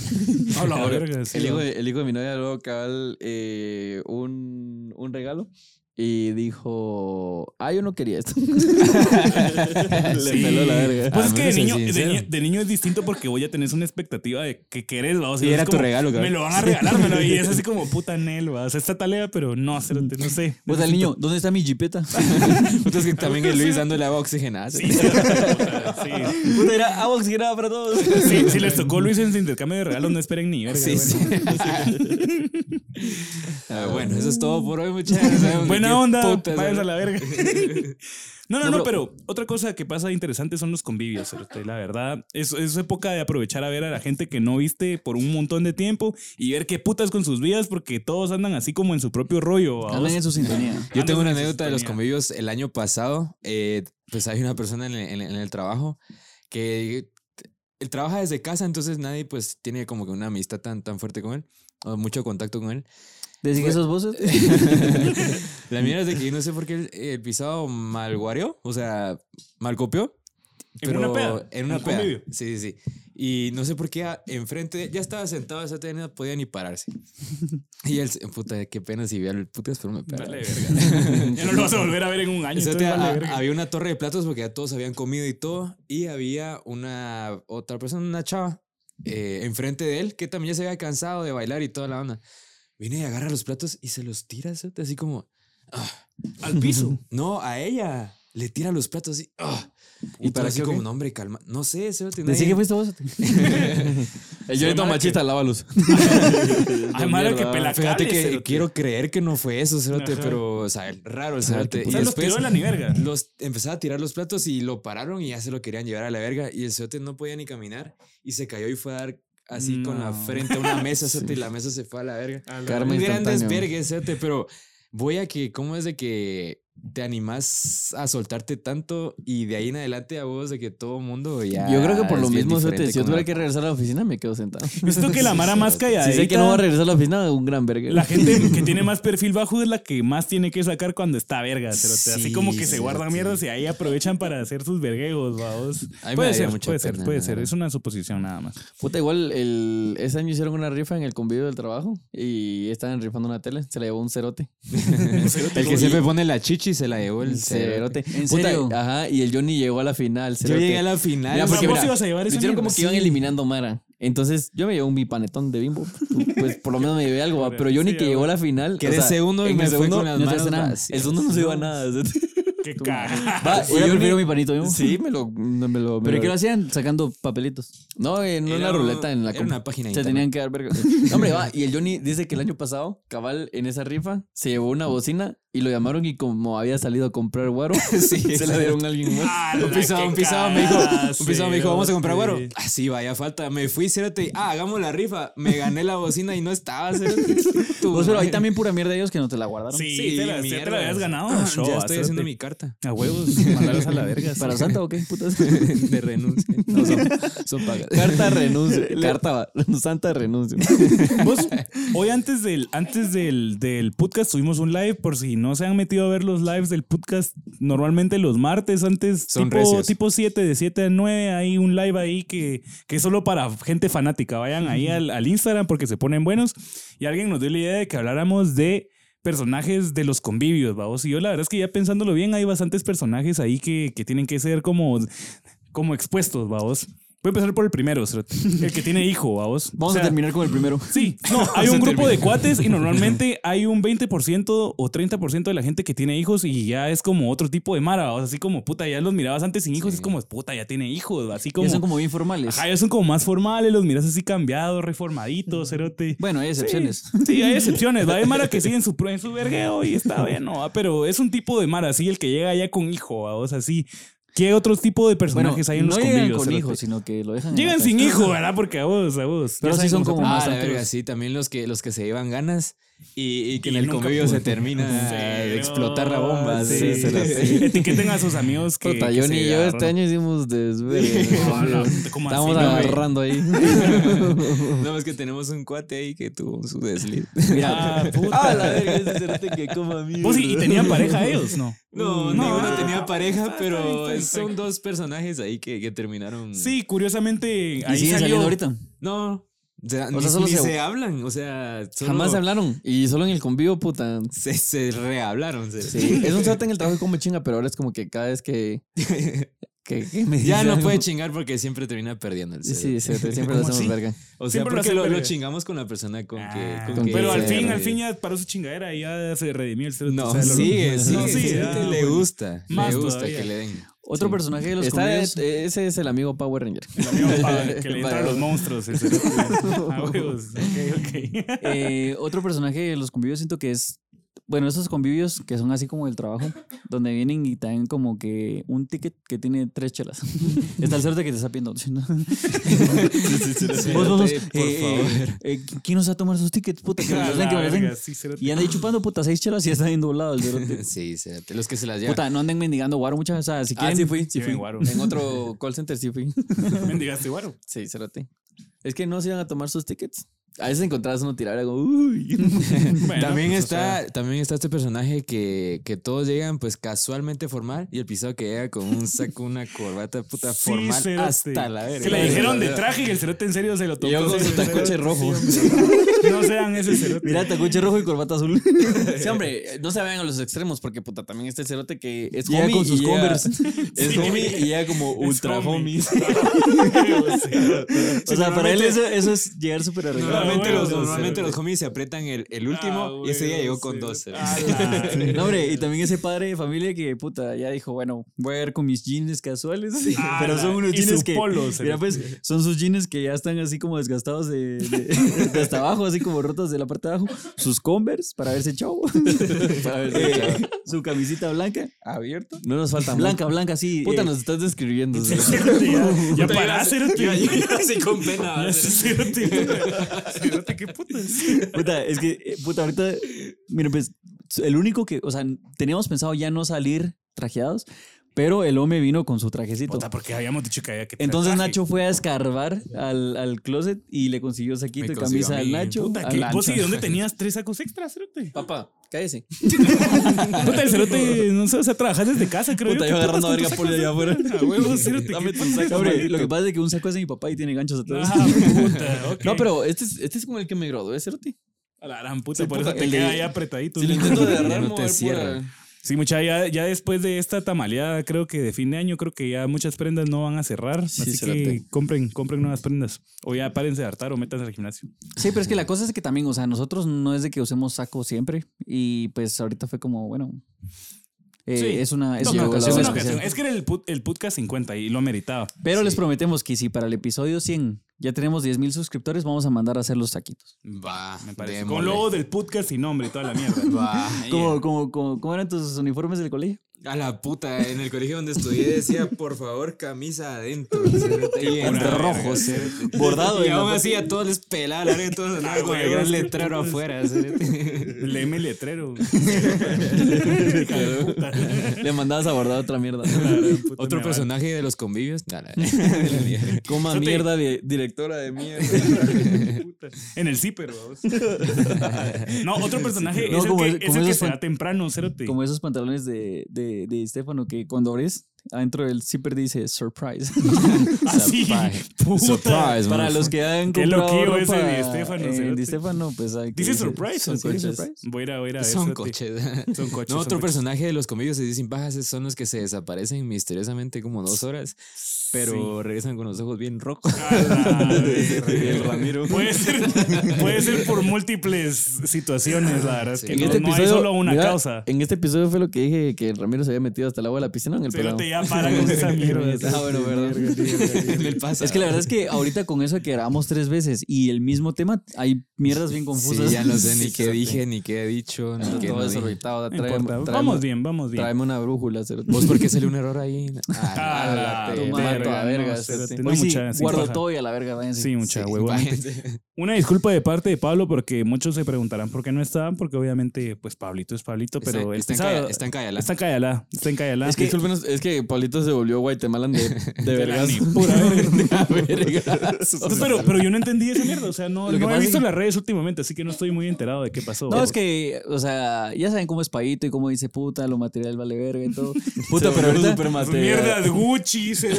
Speaker 3: A la verga, sí.
Speaker 4: el, hijo de, el hijo de mi novia luego cabal eh, un, un regalo y dijo, ah, yo no quería esto. Le
Speaker 3: Sí.
Speaker 4: peló la verga.
Speaker 3: Pues
Speaker 2: Ah,
Speaker 3: es que de
Speaker 2: me parece
Speaker 3: niño, de,
Speaker 2: sincero.
Speaker 3: niño, de niño es distinto porque vos ya tenés una expectativa de que querés, va. O sea,
Speaker 2: Y
Speaker 3: es
Speaker 2: era tu
Speaker 3: como,
Speaker 2: regalo, cabrón.
Speaker 3: Me lo van a regalar, me lo- y es así como puta Nel, va. O sea, está talea, pero no, cérate, no sé.
Speaker 1: O sea, el niño, ¿dónde está mi jipeta?
Speaker 2: Puta, es que también el Luis dándole agua oxigenada.
Speaker 3: Sí, cérate, puta, sí.
Speaker 1: Puta, era agua oxigenada para todos.
Speaker 3: Sí, si les tocó Luis en su intercambio de regalos, no esperen ni verga.
Speaker 2: Sí,
Speaker 3: bueno.
Speaker 2: sí. Ah, bueno, eso es todo por hoy, muchachos. Sabemos que
Speaker 3: Buena onda,
Speaker 2: putas,
Speaker 3: váyanse a la verga. No, no,
Speaker 4: No,
Speaker 3: no, pero otra cosa que pasa interesante son los convivios, cerote. la verdad. Es, es época de aprovechar a ver a la gente que no viste por un montón de tiempo y ver qué putas con sus vidas porque todos andan así como en su propio rollo. ¿va?
Speaker 1: Hablan en su sintonía.
Speaker 2: Yo tengo
Speaker 3: Antes
Speaker 2: una
Speaker 3: de
Speaker 2: anécdota de los
Speaker 3: sintonía.
Speaker 2: convivios el año pasado. eh, pues hay una persona en el, en el- en el trabajo que t- él trabaja desde casa, entonces nadie pues tiene como que una amistad tan, tan fuerte con él, o mucho contacto con él.
Speaker 1: Decir
Speaker 2: Fue-
Speaker 1: esos voces.
Speaker 2: La
Speaker 3: Mm.
Speaker 2: mierda es de que yo no sé por qué el, el pisado malguareó, o sea, malcopió.
Speaker 3: ¿En una peda?
Speaker 2: En una
Speaker 3: ¿En un
Speaker 2: peda.
Speaker 3: convivio?
Speaker 2: Sí, sí, sí. Y no sé por qué a- enfrente, ya estaba sentado, esa tía no podía ni pararse. Y él, se- puta, qué pena si vi al puta, espero me pegara.
Speaker 3: Vale, verga. Ya no lo vas a volver a ver en un año.
Speaker 2: Esa
Speaker 3: entonces
Speaker 2: tía,
Speaker 3: vale,
Speaker 2: a-
Speaker 3: verga.
Speaker 2: había una torre de platos porque ya todos habían comido y todo. Y había una otra persona, una chava, eh, enfrente de él que también ya se había cansado de bailar y toda la onda. Viene y agarra los platos y se los tira, cerote, así como,
Speaker 3: Al piso.
Speaker 2: no, a ella. Le tira los platos y, ah.
Speaker 4: ¿para
Speaker 2: y para así
Speaker 4: qué o
Speaker 2: como,
Speaker 4: qué?
Speaker 2: no, hombre, calma. No sé, cerote,
Speaker 1: Decir que
Speaker 2: nadie-
Speaker 1: fuiste vos.
Speaker 4: El llorito
Speaker 3: Mara
Speaker 4: machista, lávalos.
Speaker 3: Ay, madre, que pela
Speaker 2: Fíjate que
Speaker 3: cerote.
Speaker 2: quiero creer que no fue eso, cerote,
Speaker 3: Ajá.
Speaker 2: pero, o sea, raro el
Speaker 4: Ajá, qué
Speaker 2: cerote.
Speaker 3: O
Speaker 2: Y
Speaker 3: sea, los
Speaker 2: después-
Speaker 3: tiró de la ni verga.
Speaker 2: los empezaba a tirar los platos y lo pararon y ya se lo querían llevar a la verga y el cerote no podía ni caminar y se cayó y fue a dar así con la
Speaker 3: No.
Speaker 2: frente a una mesa cerote, y la mesa se fue a la verga.
Speaker 3: A la
Speaker 4: Karma
Speaker 2: Un gran
Speaker 4: instantáneo.
Speaker 2: desvergue, cerote, pero voy a que cómo es de que te animás a soltarte tanto y de ahí en adelante a vos de que todo mundo ya
Speaker 4: Yo creo que por
Speaker 2: es
Speaker 4: lo
Speaker 2: bien
Speaker 4: mismo,
Speaker 2: diferente
Speaker 4: fíjate, si yo
Speaker 2: con
Speaker 4: tuviera
Speaker 2: la-
Speaker 4: que regresar a la oficina, me quedo sentado. Si
Speaker 3: Visto que la Mara más calladita.
Speaker 4: sé que no va a regresar a la oficina, un gran verga.
Speaker 3: La gente que tiene más perfil bajo es la que más tiene que sacar cuando está verga, cerote. Así
Speaker 2: Sí,
Speaker 3: como que se
Speaker 2: cerote.
Speaker 3: guardan mierdas y ahí aprovechan para hacer sus verguegos, vaos.
Speaker 2: A mí me
Speaker 3: Puede
Speaker 2: daría
Speaker 3: ser,
Speaker 2: mucha
Speaker 3: puede ser,
Speaker 2: pena,
Speaker 3: puede
Speaker 2: la
Speaker 3: ser.
Speaker 2: verdad.
Speaker 3: Es una suposición nada más.
Speaker 4: Puta, igual el, ese año hicieron una rifa en el convivio del trabajo y estaban rifando una tele. Se la llevó un cerote.
Speaker 2: el que siempre pone la chichi se la llevó el
Speaker 4: El
Speaker 2: cerote.
Speaker 4: cerote.
Speaker 1: ¿En
Speaker 4: Puta,
Speaker 1: serio?
Speaker 4: ajá, y el Johnny llegó a la final.
Speaker 2: Yo
Speaker 4: cerote.
Speaker 2: llegué a la final.
Speaker 4: Mira,
Speaker 3: O sea,
Speaker 4: porque
Speaker 3: vos
Speaker 4: mira,
Speaker 3: ibas a llevar
Speaker 4: Lo
Speaker 3: esa
Speaker 4: hicieron
Speaker 3: mierda.
Speaker 4: como que iban
Speaker 3: Sí.
Speaker 4: eliminando Mara. Entonces yo me llevé un mi panetón de bimbo. Pues por lo menos me llevé algo, va, pero Johnny
Speaker 3: Sí,
Speaker 4: que
Speaker 3: ya,
Speaker 4: llegó a la
Speaker 3: güey.
Speaker 4: final.
Speaker 2: Quedé segundo y
Speaker 4: en
Speaker 2: me
Speaker 4: el
Speaker 2: fui
Speaker 4: segundo
Speaker 2: con las
Speaker 4: no se
Speaker 2: manos
Speaker 4: hace nada.
Speaker 2: vacías.
Speaker 4: El segundo no se iba a nada.
Speaker 3: Qué caja.
Speaker 4: Va,
Speaker 1: Yo prefiero mi panito. yo.
Speaker 4: Sí, me lo. no, me lo- me
Speaker 1: ¿Pero
Speaker 4: lo-
Speaker 1: qué lo hacían? Sacando papelitos.
Speaker 4: No, en una
Speaker 2: Era-
Speaker 4: ruleta en la
Speaker 2: era
Speaker 4: compu.
Speaker 2: una página de
Speaker 4: Se tenían que dar verga. No, hombre, va. Y el Johnny dice que el año pasado, cabal, en esa rifa, se llevó una bocina y lo llamaron y como había salido a comprar guaro, se la
Speaker 2: exacto.
Speaker 4: dieron a alguien más.
Speaker 2: Un pisado, un pisado, me dijo. Un pisado me dijo, vamos a comprar guaro. Ah, sí, vaya falta. Me fui, cérate. Ah, hagamos la rifa. Me gané la bocina y no estaba, cérate. Tu
Speaker 1: Vos, pero hay
Speaker 2: madre.
Speaker 1: también pura mierda ellos que no te la guardaron.
Speaker 3: Sí, te la, te la habías ganado.
Speaker 2: Ah,
Speaker 3: show,
Speaker 2: ya estoy
Speaker 3: hacerte-
Speaker 2: haciendo mi carta
Speaker 3: A huevos, mandarlos a la verga. sí.
Speaker 1: ¿Para Santa o qué? Putas.
Speaker 2: de renuncia. No, son, son pagas.
Speaker 4: Carta renuncia. Carta santa renuncia.
Speaker 3: Vos, hoy antes del, antes del, del podcast tuvimos un live, por si no se han metido a ver los lives del podcast, normalmente los martes, antes
Speaker 2: Son
Speaker 3: tipo,
Speaker 2: recios.
Speaker 3: tipo 7, de 7 a 9, hay un live ahí que, que es solo para gente fanática. Vayan ahí al, al Instagram porque se ponen buenos. Y alguien nos dio la idea de que habláramos de personajes de los convivios, vamos. Y yo la verdad es que ya pensándolo bien, hay bastantes personajes ahí que, que tienen que ser como, como expuestos, vamos. Voy a empezar por el primero, cerote. el que tiene hijo, vamos.
Speaker 4: Vamos a terminar con el primero.
Speaker 3: Sí, no, hay un grupo de cuates y normalmente hay un 20% o 30% de la gente que tiene hijos y ya es como otro tipo de mara, o sea, así como puta, ya los mirabas antes sin hijos, es como puta, ya tiene hijos, así como.
Speaker 1: Ya son como bien formales.
Speaker 3: Ajá, ya son como más formales, los miras así cambiados, reformaditos, cerote.
Speaker 1: Bueno, hay excepciones.
Speaker 3: Sí, hay excepciones. ¿va? Hay Mara que sigue en su, pro- en su vergueo y está bien, ¿no? ¿va? Pero es un tipo de Mara, así el que llega ya con hijo, ¿va? o sea, sí. ¿Qué otro tipo de
Speaker 1: Bueno,
Speaker 3: personajes hay en los
Speaker 1: no llegan
Speaker 3: convivios?
Speaker 1: con
Speaker 3: cerote?
Speaker 1: hijos, sino que lo dejan. en
Speaker 3: Llegan
Speaker 1: la
Speaker 3: sin
Speaker 1: casa.
Speaker 3: hijo, ¿verdad? Porque a vos, a vos.
Speaker 1: Pero
Speaker 3: ya
Speaker 1: sí
Speaker 3: saben
Speaker 1: son
Speaker 3: cómo se
Speaker 1: como
Speaker 3: pone.
Speaker 1: más
Speaker 2: Ah, la
Speaker 1: santeros.
Speaker 2: verga, sí, también los que, los que se llevan ganas y, y que
Speaker 3: Y
Speaker 2: en el
Speaker 3: nunca
Speaker 2: convivio se
Speaker 3: pudo.
Speaker 2: termina
Speaker 3: Sí,
Speaker 2: de
Speaker 3: no,
Speaker 2: explotar la bomba.
Speaker 3: sí.
Speaker 2: sí, se la-
Speaker 3: Etiqueten a sus amigos que.
Speaker 4: Puta,
Speaker 3: que
Speaker 4: Johnny
Speaker 3: se
Speaker 4: y yo este
Speaker 3: agarran.
Speaker 4: año hicimos desvergue.
Speaker 3: Hola, ¿cómo así,
Speaker 4: Estábamos
Speaker 3: no, güey?
Speaker 4: agarrando ahí.
Speaker 2: No, es que tenemos un cuate ahí que tuvo su desliz.
Speaker 3: Ah, puta.
Speaker 4: Ah, la verga, ese cerote que coma mierda.
Speaker 3: Pues, ¿y, y tenían pareja ellos? No.
Speaker 2: No,
Speaker 3: No,
Speaker 2: ninguno
Speaker 3: ah,
Speaker 2: tenía pareja,
Speaker 3: está bien,
Speaker 2: pero
Speaker 3: está bien, está
Speaker 2: son
Speaker 3: bien.
Speaker 2: dos personajes ahí que, que terminaron.
Speaker 3: Sí, curiosamente.
Speaker 1: Y
Speaker 3: Ahí
Speaker 1: siguen saliendo
Speaker 3: salió.
Speaker 1: ahorita.
Speaker 2: No. O sea, ni,
Speaker 4: sea, solo
Speaker 2: ni
Speaker 4: se-
Speaker 2: se... hablan. O sea, solo
Speaker 4: Jamás se hablaron. Y solo en el convivio, puta.
Speaker 2: Se, se rehablaron. se-
Speaker 4: Sí. Es un cerote en el trabajo y come chinga, pero ahora es como que cada vez que. que, que me
Speaker 2: Ya
Speaker 4: dice
Speaker 2: no
Speaker 4: algo-
Speaker 2: puede chingar porque siempre termina perdiendo el
Speaker 4: Sí,
Speaker 2: cerote.
Speaker 4: sí, cerote, siempre lo
Speaker 3: ¿Cómo
Speaker 4: hacemos
Speaker 3: así?
Speaker 4: verga.
Speaker 2: O sea,
Speaker 3: Siempre lo
Speaker 2: porque
Speaker 3: hacen
Speaker 2: lo, lo
Speaker 3: perder.
Speaker 2: chingamos con la persona con que.
Speaker 3: Ah,
Speaker 2: con
Speaker 4: con
Speaker 2: que-
Speaker 3: pero al
Speaker 4: se
Speaker 3: fin, al
Speaker 2: que-
Speaker 3: fin ya paró su chingadera y ya se redimió el cerote.
Speaker 2: No,
Speaker 3: o sea, lo-
Speaker 2: sigue, sigue.
Speaker 3: No,
Speaker 2: sigue,
Speaker 3: ah,
Speaker 2: le
Speaker 3: bueno.
Speaker 2: gusta.
Speaker 3: Más
Speaker 2: le gusta
Speaker 3: todavía.
Speaker 2: que le den.
Speaker 1: Otro
Speaker 4: Sí.
Speaker 1: personaje de los
Speaker 4: Está-
Speaker 1: convivios.
Speaker 4: eh, ese es el amigo Power Ranger.
Speaker 3: El amigo pa- que le entra a
Speaker 4: Vale.
Speaker 3: los monstruos. el cerote. Ah, huevos. Ok, ok.
Speaker 1: Eh, otro personaje de los convivios siento que es, bueno, esos convivios que son así como del trabajo, donde vienen y traen como que un ticket que tiene tres chelas. Está el cerote que te está pidiendo. ¿no? Vos, vos, vos,
Speaker 2: Cerote, por
Speaker 1: eh,
Speaker 2: favor.
Speaker 1: eh, ¿Quién nos va a tomar sus tickets? Puta, que me los den, que me los den.
Speaker 3: Ah, Verga, sí, cerote.
Speaker 1: Y anda ahí chupando puta seis chelas y ya está bien doblado el cerote.
Speaker 2: Sí, cerote, los que se las llevan.
Speaker 1: Puta, no anden mendigando guaro muchas veces. O sea, si
Speaker 4: Ah,
Speaker 1: quieren,
Speaker 4: sí fui, sí
Speaker 3: Lleven
Speaker 4: fui.
Speaker 3: guaro.
Speaker 4: En otro call center sí fui.
Speaker 3: Mendigaste guaro.
Speaker 4: Sí, cerote. Es que no se iban a tomar sus tickets. A veces encontrabas uno tirar algo. Uy.
Speaker 3: Bueno,
Speaker 2: también,
Speaker 3: pues, o
Speaker 2: está, también está este personaje que, que todos llegan pues casualmente formal y el pisado que llega con un saco, una corbata puta
Speaker 3: Sí,
Speaker 2: formal
Speaker 3: cerote.
Speaker 2: hasta la verga.
Speaker 3: Que le dijeron de traje y el cerote en serio se lo tocó.
Speaker 4: yo con su
Speaker 3: Sí, el cerote.
Speaker 4: tacoche rojo.
Speaker 3: Sí, hombre. no sean ese cerote.
Speaker 1: mira, tacuche rojo y corbata azul.
Speaker 4: Sí, hombre, eh, no se vayan a los extremos porque puta, también este cerote que es
Speaker 1: Llega
Speaker 4: homie
Speaker 1: con sus
Speaker 4: y llega-
Speaker 1: Converse.
Speaker 4: Es
Speaker 3: Sí.
Speaker 4: homie y ya como
Speaker 3: Es
Speaker 4: ultra homie.
Speaker 3: homie. Sí,
Speaker 1: O sea, para él
Speaker 3: normalmente-
Speaker 1: eso, eso es llegar súper arreglado.
Speaker 2: Normalmente,
Speaker 3: Ah,
Speaker 2: los,
Speaker 3: bueno,
Speaker 2: normalmente
Speaker 3: cerote.
Speaker 2: los homies se aprietan el, el
Speaker 3: Ah,
Speaker 2: último y ese día
Speaker 3: güey,
Speaker 2: llegó con
Speaker 3: sí.
Speaker 2: dos. eh. cerote.
Speaker 3: Ah, la-
Speaker 1: No, hombre, y también ese padre de familia que, puta, ya dijo, bueno, voy a ir con mis jeans casuales,
Speaker 3: Ah,
Speaker 1: pero son
Speaker 3: la-
Speaker 1: unos
Speaker 3: y
Speaker 1: jeans
Speaker 3: su
Speaker 1: que,
Speaker 3: polo, se
Speaker 1: mira,
Speaker 3: le-
Speaker 1: pues, son sus jeans que ya están así como desgastados de, de- de hasta abajo, así como rotos de la parte de abajo, sus Converse para verse chavo,
Speaker 4: Para ver,
Speaker 1: Eh,
Speaker 4: chaval.
Speaker 1: su camisita blanca,
Speaker 2: ¿Abierto?
Speaker 4: no nos falta mucho.
Speaker 1: blanca, blanca, sí,
Speaker 4: Puta,
Speaker 1: eh,
Speaker 4: nos estás describiendo. o sea.
Speaker 3: Cerote, ya- Ya para
Speaker 2: Yo,
Speaker 3: cerote.
Speaker 2: yo- yo así con pena. va a
Speaker 3: Ya,
Speaker 2: ser.
Speaker 3: Cerote, cerote, qué puta
Speaker 1: Puta, es que, eh, puta, ahorita, mira, pues, el único que, o sea, teníamos pensado ya no salir trajeados, pero el hombre vino con su trajecito.
Speaker 3: Puta, porque habíamos dicho que había que traer
Speaker 1: Entonces
Speaker 3: traje.
Speaker 1: Nacho fue a escarbar al, al closet y le consiguió saquito
Speaker 2: Me
Speaker 1: de
Speaker 2: consiguió
Speaker 1: camisa
Speaker 2: a
Speaker 1: al
Speaker 2: mí.
Speaker 1: Nacho.
Speaker 3: Puta,
Speaker 1: al
Speaker 3: ¿qué?
Speaker 1: Nacho.
Speaker 3: ¿Vos y de dónde tenías tres sacos extras, cerote?
Speaker 4: Papá, cállese.
Speaker 3: Puta, el cerote, no sé, o sea, trabajas desde casa, creo
Speaker 4: Puta,
Speaker 3: yo.
Speaker 4: yo
Speaker 3: ¿Qué putas
Speaker 4: agarrando
Speaker 3: con
Speaker 4: verga
Speaker 3: tus
Speaker 4: por allá afuera.
Speaker 3: sacos? A huevo, cerote.
Speaker 4: Dame
Speaker 3: qué
Speaker 4: tu
Speaker 3: putas.
Speaker 4: saco,
Speaker 1: Hombre,
Speaker 4: maldito.
Speaker 1: lo que pasa es que un saco es de mi papá y tiene ganchos atrás.
Speaker 3: Ah, puta, ok.
Speaker 4: No, pero este es, este es como el que me gradué, cerote.
Speaker 3: A la gran puta,
Speaker 4: Sí,
Speaker 3: por
Speaker 4: puta,
Speaker 3: eso te
Speaker 4: el de-
Speaker 3: queda ahí apretadito.
Speaker 4: Si lo intento de agarrar,
Speaker 2: no
Speaker 4: mover
Speaker 2: te
Speaker 4: pura-
Speaker 2: cierra.
Speaker 3: Sí, mucha, ya, ya después de esta tamaleada, creo que de fin de año, creo que ya muchas prendas no van a cerrar.
Speaker 4: Sí,
Speaker 3: así
Speaker 4: cerote.
Speaker 3: que compren, compren nuevas prendas. O ya párense de hartar o métanse al gimnasio.
Speaker 1: Sí, pero es que la cosa es que también, o sea, nosotros no es de que usemos saco siempre. Y pues ahorita fue como, bueno. eh,
Speaker 3: Sí.
Speaker 1: Es una, es
Speaker 3: No,
Speaker 1: una
Speaker 3: creo que
Speaker 1: ocasión
Speaker 3: es una
Speaker 1: especial.
Speaker 3: ocasión. Es que era el, put- el podcast 50 y lo meritaba.
Speaker 1: Pero les prometemos que si para el episodio 100 Ya tenemos 10 mil suscriptores, vamos a mandar a hacer los taquitos.
Speaker 2: Va,
Speaker 3: Me parece. Con
Speaker 2: démosle.
Speaker 3: logo del podcast y nombre y toda la mierda.
Speaker 2: Va.
Speaker 1: ¿Cómo, cómo, cómo- cómo eran tus uniformes del colegio?
Speaker 2: A la puta, en el colegio donde estudié decía, por favor, camisa adentro. cerote, Y en
Speaker 3: pura
Speaker 2: rojo,
Speaker 3: verga.
Speaker 2: cerote.
Speaker 4: Bordado
Speaker 2: Y
Speaker 4: en la
Speaker 2: aún así a todos les pelaba la verga, todos andaban con el gran letrero afuera. cerote.
Speaker 3: Léeme el letrero.
Speaker 4: Le mandabas a guardar otra mierda.
Speaker 2: Otro personaje de los convivios. Nah, nah.
Speaker 4: Coma
Speaker 3: Eso te-
Speaker 4: mierda, de- directora de mierda.
Speaker 3: En el zipper, vamos. No, otro personaje
Speaker 1: No,
Speaker 3: es el
Speaker 1: como
Speaker 3: que,
Speaker 1: es-
Speaker 3: es
Speaker 1: como
Speaker 3: el que
Speaker 1: esos
Speaker 3: se
Speaker 1: fan-
Speaker 3: da temprano, cerote.
Speaker 1: Como esos pantalones de, de, de Estefano que cuando abres, adentro del zipper dice surprise.
Speaker 3: Así,
Speaker 2: Surprise.
Speaker 3: Ah, puta.
Speaker 2: Surprise,
Speaker 1: Para
Speaker 2: man.
Speaker 1: los que han
Speaker 3: Qué
Speaker 1: comprado
Speaker 3: loquillo
Speaker 1: ropa
Speaker 3: ese de Estefano,
Speaker 1: en
Speaker 3: cerote.
Speaker 1: Di Stefano, pues hay que
Speaker 3: Dice
Speaker 1: decir,
Speaker 3: surprise,
Speaker 1: son
Speaker 3: son
Speaker 1: coches.
Speaker 3: Voy a ir a voy a ir a ver.
Speaker 2: Son
Speaker 3: cerote.
Speaker 2: coches.
Speaker 3: Son coches.
Speaker 2: No,
Speaker 3: son
Speaker 2: otro
Speaker 3: coches.
Speaker 2: personaje de los convivios se dicen bajas son los que se desaparecen misteriosamente como dos horas, pero regresan con los ojos bien rojos.
Speaker 3: A la verga.
Speaker 4: El Ramiro.
Speaker 3: Puede ser, puede ser por múltiples situaciones, la verdad. Es
Speaker 2: Sí.
Speaker 3: que
Speaker 4: En
Speaker 3: no,
Speaker 4: este
Speaker 3: no hay
Speaker 4: episodio,
Speaker 3: solo una
Speaker 4: mira,
Speaker 3: causa.
Speaker 4: En este episodio fue lo que dije que el Ramiro se había metido hasta el agua de la piscina en el pelado.
Speaker 3: Cerote ya para con esa mierda.
Speaker 4: Ah, bueno,
Speaker 2: en el pasado.
Speaker 1: Es que la verdad es que ahorita con eso de que grabamos tres veces y el mismo tema, hay mierdas bien confusas.
Speaker 2: Sí, ya no sé ni
Speaker 1: Sí,
Speaker 2: qué
Speaker 1: cerote.
Speaker 2: dije, ni qué he dicho, ni qué
Speaker 4: Todo
Speaker 2: no dije.
Speaker 4: desorbitado.
Speaker 3: No
Speaker 4: Trae-
Speaker 3: importa.
Speaker 4: traeme-
Speaker 3: Vamos bien, vamos bien.
Speaker 4: Traeme una brújula. cerote.
Speaker 2: ¿Vos Pues, por qué salió un error ahí? Ah,
Speaker 3: Ah, A la
Speaker 4: te
Speaker 3: verga,
Speaker 4: mato a
Speaker 3: no,
Speaker 4: verga,
Speaker 3: cerote.
Speaker 4: cerote.
Speaker 3: No,
Speaker 1: Hoy sí,
Speaker 3: mucha, sin
Speaker 1: este guardo
Speaker 3: paja.
Speaker 1: todo y a la verga, váyanse.
Speaker 3: Sí, mucha
Speaker 2: Sí,
Speaker 3: huevona.
Speaker 2: váyanse.
Speaker 3: Una disculpa de parte de Pablo porque muchos se preguntarán por qué no estaban, porque obviamente pues Pablito es Pablito, pero
Speaker 2: Está-
Speaker 3: él
Speaker 2: está en
Speaker 3: sabe-
Speaker 2: Calla- está en Cayala.
Speaker 3: Está en Cayalá, está en Cayalá.
Speaker 4: Es que, discúlpenos, es que Pablito se volvió Guatemalan de, de
Speaker 3: De la
Speaker 4: vergas.
Speaker 3: ni pura verga.
Speaker 4: Vergas.
Speaker 3: pero, pero yo no entendí esa mierda, o sea,
Speaker 1: Lo
Speaker 3: no,
Speaker 1: que
Speaker 3: no he
Speaker 1: pasa
Speaker 3: visto
Speaker 1: es-
Speaker 3: las redes últimamente, así que no estoy muy enterado de qué pasó.
Speaker 1: No, es que, o sea, ya saben cómo es Paito y cómo dice puta, lo material vale verga y todo.
Speaker 4: Puta, pero ahorita...
Speaker 3: Mierdas Gucci, se-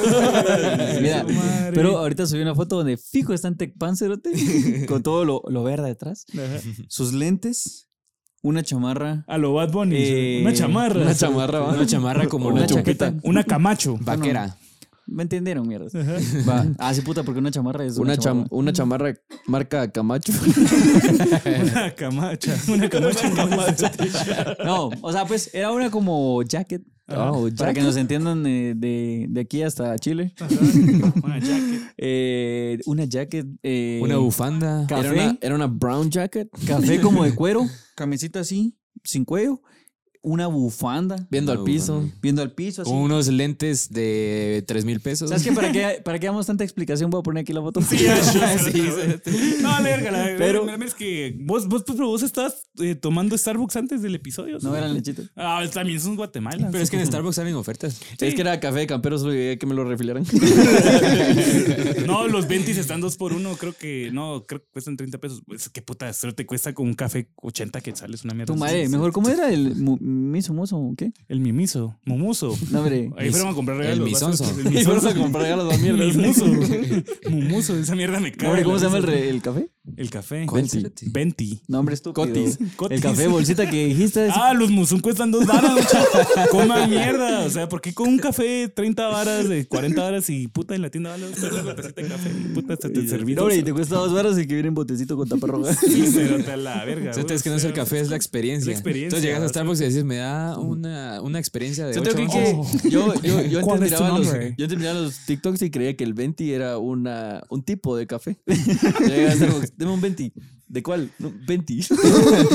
Speaker 1: Mira,
Speaker 3: Su madre.
Speaker 1: pero ahorita subí una foto donde fijo está en Tech Panzerote con todo lo, lo verde detrás,
Speaker 3: Ajá.
Speaker 1: sus lentes, una chamarra,
Speaker 3: A lo Bad Bunny,
Speaker 1: Eh,
Speaker 3: una chamarra,
Speaker 4: Una chamarra, va.
Speaker 2: Una chamarra como
Speaker 1: una
Speaker 2: una
Speaker 1: chaqueta.
Speaker 3: una camacho.
Speaker 2: vaquera.
Speaker 1: ¿Me entendieron, mierda? Va. Ah, sí, puta, porque una chamarra es una,
Speaker 4: Una, cham-
Speaker 1: chamarra.
Speaker 4: una chamarra marca Camacho.
Speaker 3: Una camacha. Una camacha.
Speaker 1: No, o sea, pues era una como jacket.
Speaker 3: Ah,
Speaker 4: Oh,
Speaker 1: Para
Speaker 4: jacket.
Speaker 1: que nos entiendan eh, de, de aquí hasta Chile.
Speaker 3: Una jacket.
Speaker 1: Eh, una jacket. eh,
Speaker 2: Una bufanda.
Speaker 1: ca-
Speaker 4: Era
Speaker 1: Café.
Speaker 4: una, era una brown jacket.
Speaker 1: Café como de cuero, camiseta así, sin cuello, una bufanda,
Speaker 4: Viendo
Speaker 2: Una
Speaker 4: al piso.
Speaker 2: bufanda.
Speaker 1: viendo al piso así.
Speaker 2: Unos lentes de 3 mil pesos.
Speaker 1: ¿Sabes qué? ¿Para qué, para qué damos tanta explicación? Voy a poner aquí la foto.
Speaker 3: Sí, ya, ya,
Speaker 2: Sí,
Speaker 3: ya. No, la verga, la verga.
Speaker 1: Pero-
Speaker 3: Mira, mira, es que vos, vos, pues, pero vos estás eh, tomando Starbucks antes del episodio.
Speaker 1: No
Speaker 3: ¿sí?
Speaker 1: eran lechitos.
Speaker 3: Ah, también son Guatemala.
Speaker 2: Pero es que en Starbucks salen ofertas.
Speaker 4: Es que era café de campero, solo quería que me lo refilaran.
Speaker 3: No, los 20 están dos por uno. Creo que no, creo que cuestan 30 pesos. Pues, qué puta, solo te cuesta con un café 80 quetzales, una
Speaker 1: Tu
Speaker 3: mierda. así.
Speaker 1: madre, mejor, ¿cómo era el mu- miso muso? o ¿Qué?
Speaker 3: El mimiso, mumuso.
Speaker 1: No, hombre.
Speaker 3: Ahí fueron a comprar
Speaker 2: el
Speaker 3: regalos.
Speaker 2: misonso.
Speaker 3: bastos. El
Speaker 4: y vamos
Speaker 3: misonso.
Speaker 4: a comprar ya las dos mierdas.
Speaker 3: Mumuso. Mumuso, esa mierda me
Speaker 1: No,
Speaker 3: cae.
Speaker 1: hombre, ¿cómo se llama el, re- el café?
Speaker 3: El café.
Speaker 2: ¿Cuál,
Speaker 3: Venti.
Speaker 2: cerote?
Speaker 3: Venti.
Speaker 1: No, hombre, estúpido.
Speaker 4: Cotis.
Speaker 3: Cotis.
Speaker 1: El café bolsita que dijiste.
Speaker 3: Ah, los musum cuestan dos varas, mucha. Coma mierda. O sea, ¿por qué con un café 30 varas, de 40 varas y puta en la tienda vale dos pesos la tacita de café? Y puta, se te serví.
Speaker 1: No, hombre, y te cuesta dos varas y que viene en botecito con tapa roja.
Speaker 3: Sí, cerote a la verga.
Speaker 2: O sea,
Speaker 3: güey.
Speaker 2: es que no es el café, es la experiencia.
Speaker 3: la experiencia,
Speaker 2: Entonces llegas
Speaker 3: o
Speaker 2: a
Speaker 3: sea.
Speaker 2: Starbucks y decís, me da una, una experiencia de
Speaker 4: Yo,
Speaker 2: ocho
Speaker 4: tengo que-
Speaker 2: onzas".
Speaker 4: que- yo, yo, yo antes
Speaker 3: ¿Cuál es tu
Speaker 4: miraba los,
Speaker 3: nombre?
Speaker 4: yo antes miraba los TikToks y creía que el 20 era una, un tipo de café. Llegué a Starbucks, deme un 20. ¿De cuál? No, 20.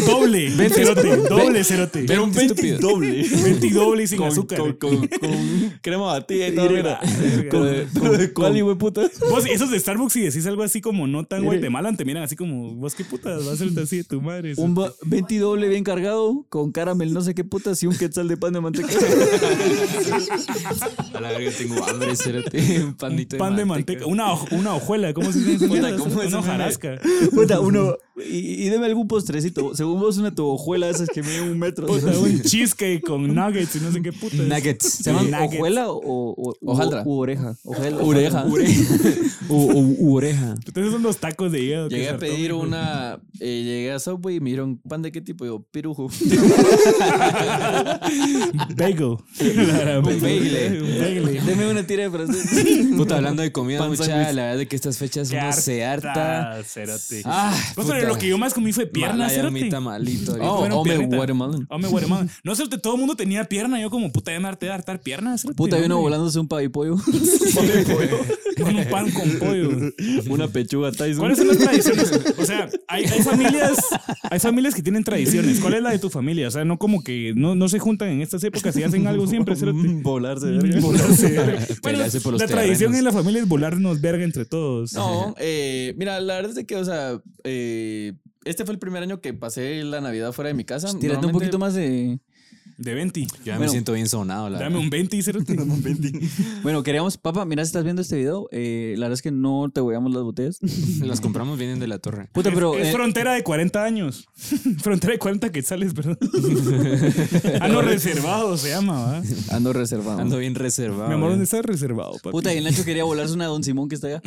Speaker 3: Doble, cerote, doble cerote.
Speaker 2: Pero un 20 estúpido.
Speaker 4: doble.
Speaker 3: 20 y doble y sin
Speaker 4: Con,
Speaker 3: azúcar.
Speaker 4: con, con, con crema batida y todo.
Speaker 3: Verga.
Speaker 4: mira. Pero de- pero de cuál, hijo de puta?
Speaker 3: Vos, esos de Starbucks, si decís algo así como no tan Guatemala, te miran así como, vos qué puta, vas a hacerte así de tu madre.
Speaker 1: Un ba- 20 doble bien cargado, con caramel no sé qué putas y un quetzal de pan de manteca.
Speaker 2: A la verga tengo hambre, cérate. Un
Speaker 3: Un
Speaker 2: pandito
Speaker 3: pan de manteca, una, hoj- una hojuela, ¿cómo se dice?
Speaker 4: Puta,
Speaker 3: Una,
Speaker 4: ¿cómo es
Speaker 3: una
Speaker 4: esa madre?
Speaker 3: hojarasca.
Speaker 1: Puta, uno. Y, y deme algún postrecito. Según vos, una tobojuela de esas que mide un metro.
Speaker 3: Puta, un cheesecake con nuggets y no sé qué puta.
Speaker 2: Nuggets.
Speaker 1: ¿Se llaman
Speaker 3: Nuggets.
Speaker 1: ojuela o, o, o-
Speaker 4: Hojaldra.
Speaker 1: u oreja? Ojel-
Speaker 4: Oreja.
Speaker 2: U, u- oreja.
Speaker 3: Entonces son los tacos de hígado. que
Speaker 4: Llegué a
Speaker 3: se
Speaker 4: pedir
Speaker 3: hartó, mijo.
Speaker 4: una. eh, llegué a Subway y me dieron pan de qué tipo. Yo, pirujo.
Speaker 3: Bagel.
Speaker 2: Un bagel.
Speaker 3: Un bagel.
Speaker 1: Deme una tira de francés.
Speaker 2: Puta, hablando de comida,
Speaker 4: Pan
Speaker 2: mucha,
Speaker 4: sándwich.
Speaker 2: la verdad es que estas fechas
Speaker 3: Qué
Speaker 2: uno se harta.
Speaker 3: Cerote.
Speaker 2: Ah,
Speaker 3: Vos, pero
Speaker 2: puta.
Speaker 3: lo que yo más comí fue pierna,
Speaker 2: Mala
Speaker 3: cerote.
Speaker 2: llamita malito. ahorita.
Speaker 4: Oh,
Speaker 3: Bueno,
Speaker 4: hombre,
Speaker 3: piernita.
Speaker 4: watermelon.
Speaker 3: Hombre, guaremán. No, cerote, todo el mundo tenía pierna. Yo como, puta, ya me harté de hartar piernas. cerote,
Speaker 1: Puta, vino
Speaker 3: hombre.
Speaker 1: volándose un pavipollo.
Speaker 3: Con un pan con pollo.
Speaker 4: una pechuga Tyson.
Speaker 3: ¿Cuáles son las tradiciones? O sea, hay, hay familias, hay familias que tienen tradiciones. ¿Cuál es la de tu familia? O sea, no como que no, no se juntan en estas épocas y hacen algo siempre. cerote. Mm,
Speaker 4: Volarse de verga.
Speaker 3: Volarse de verga. Bueno,
Speaker 2: Pelearse por los
Speaker 3: la tradición
Speaker 2: terrenos.
Speaker 3: en la familia es volarnos verga entre todos.
Speaker 4: No, eh, mira, la verdad es de que, o sea, eh, este fue el primer año que pasé la Navidad fuera de mi casa.
Speaker 2: Pues
Speaker 1: Tírate un poquito
Speaker 4: Normalmente-
Speaker 1: más de.
Speaker 3: De 20.
Speaker 2: Ya me
Speaker 1: Bueno,
Speaker 2: siento bien sonado, la
Speaker 3: Dame un 20, cerote.
Speaker 1: Bueno, queríamos, papá, mira, si estás viendo este video, eh, la verdad es que no te hueamos las botellas.
Speaker 2: verdad. Las compramos vienen de la torre.
Speaker 1: Puta, pero.
Speaker 3: es
Speaker 1: eh,
Speaker 3: frontera de 40 años. frontera de 40 quetzales, perdón. ah, no, reservado se llama, ¿va?
Speaker 1: ando reservado.
Speaker 2: Ando bien reservado.
Speaker 3: Mi amor,
Speaker 2: bien.
Speaker 3: ¿dónde está reservado, papi?
Speaker 1: Puta, y el Nacho quería volarse una Don Simón que está allá.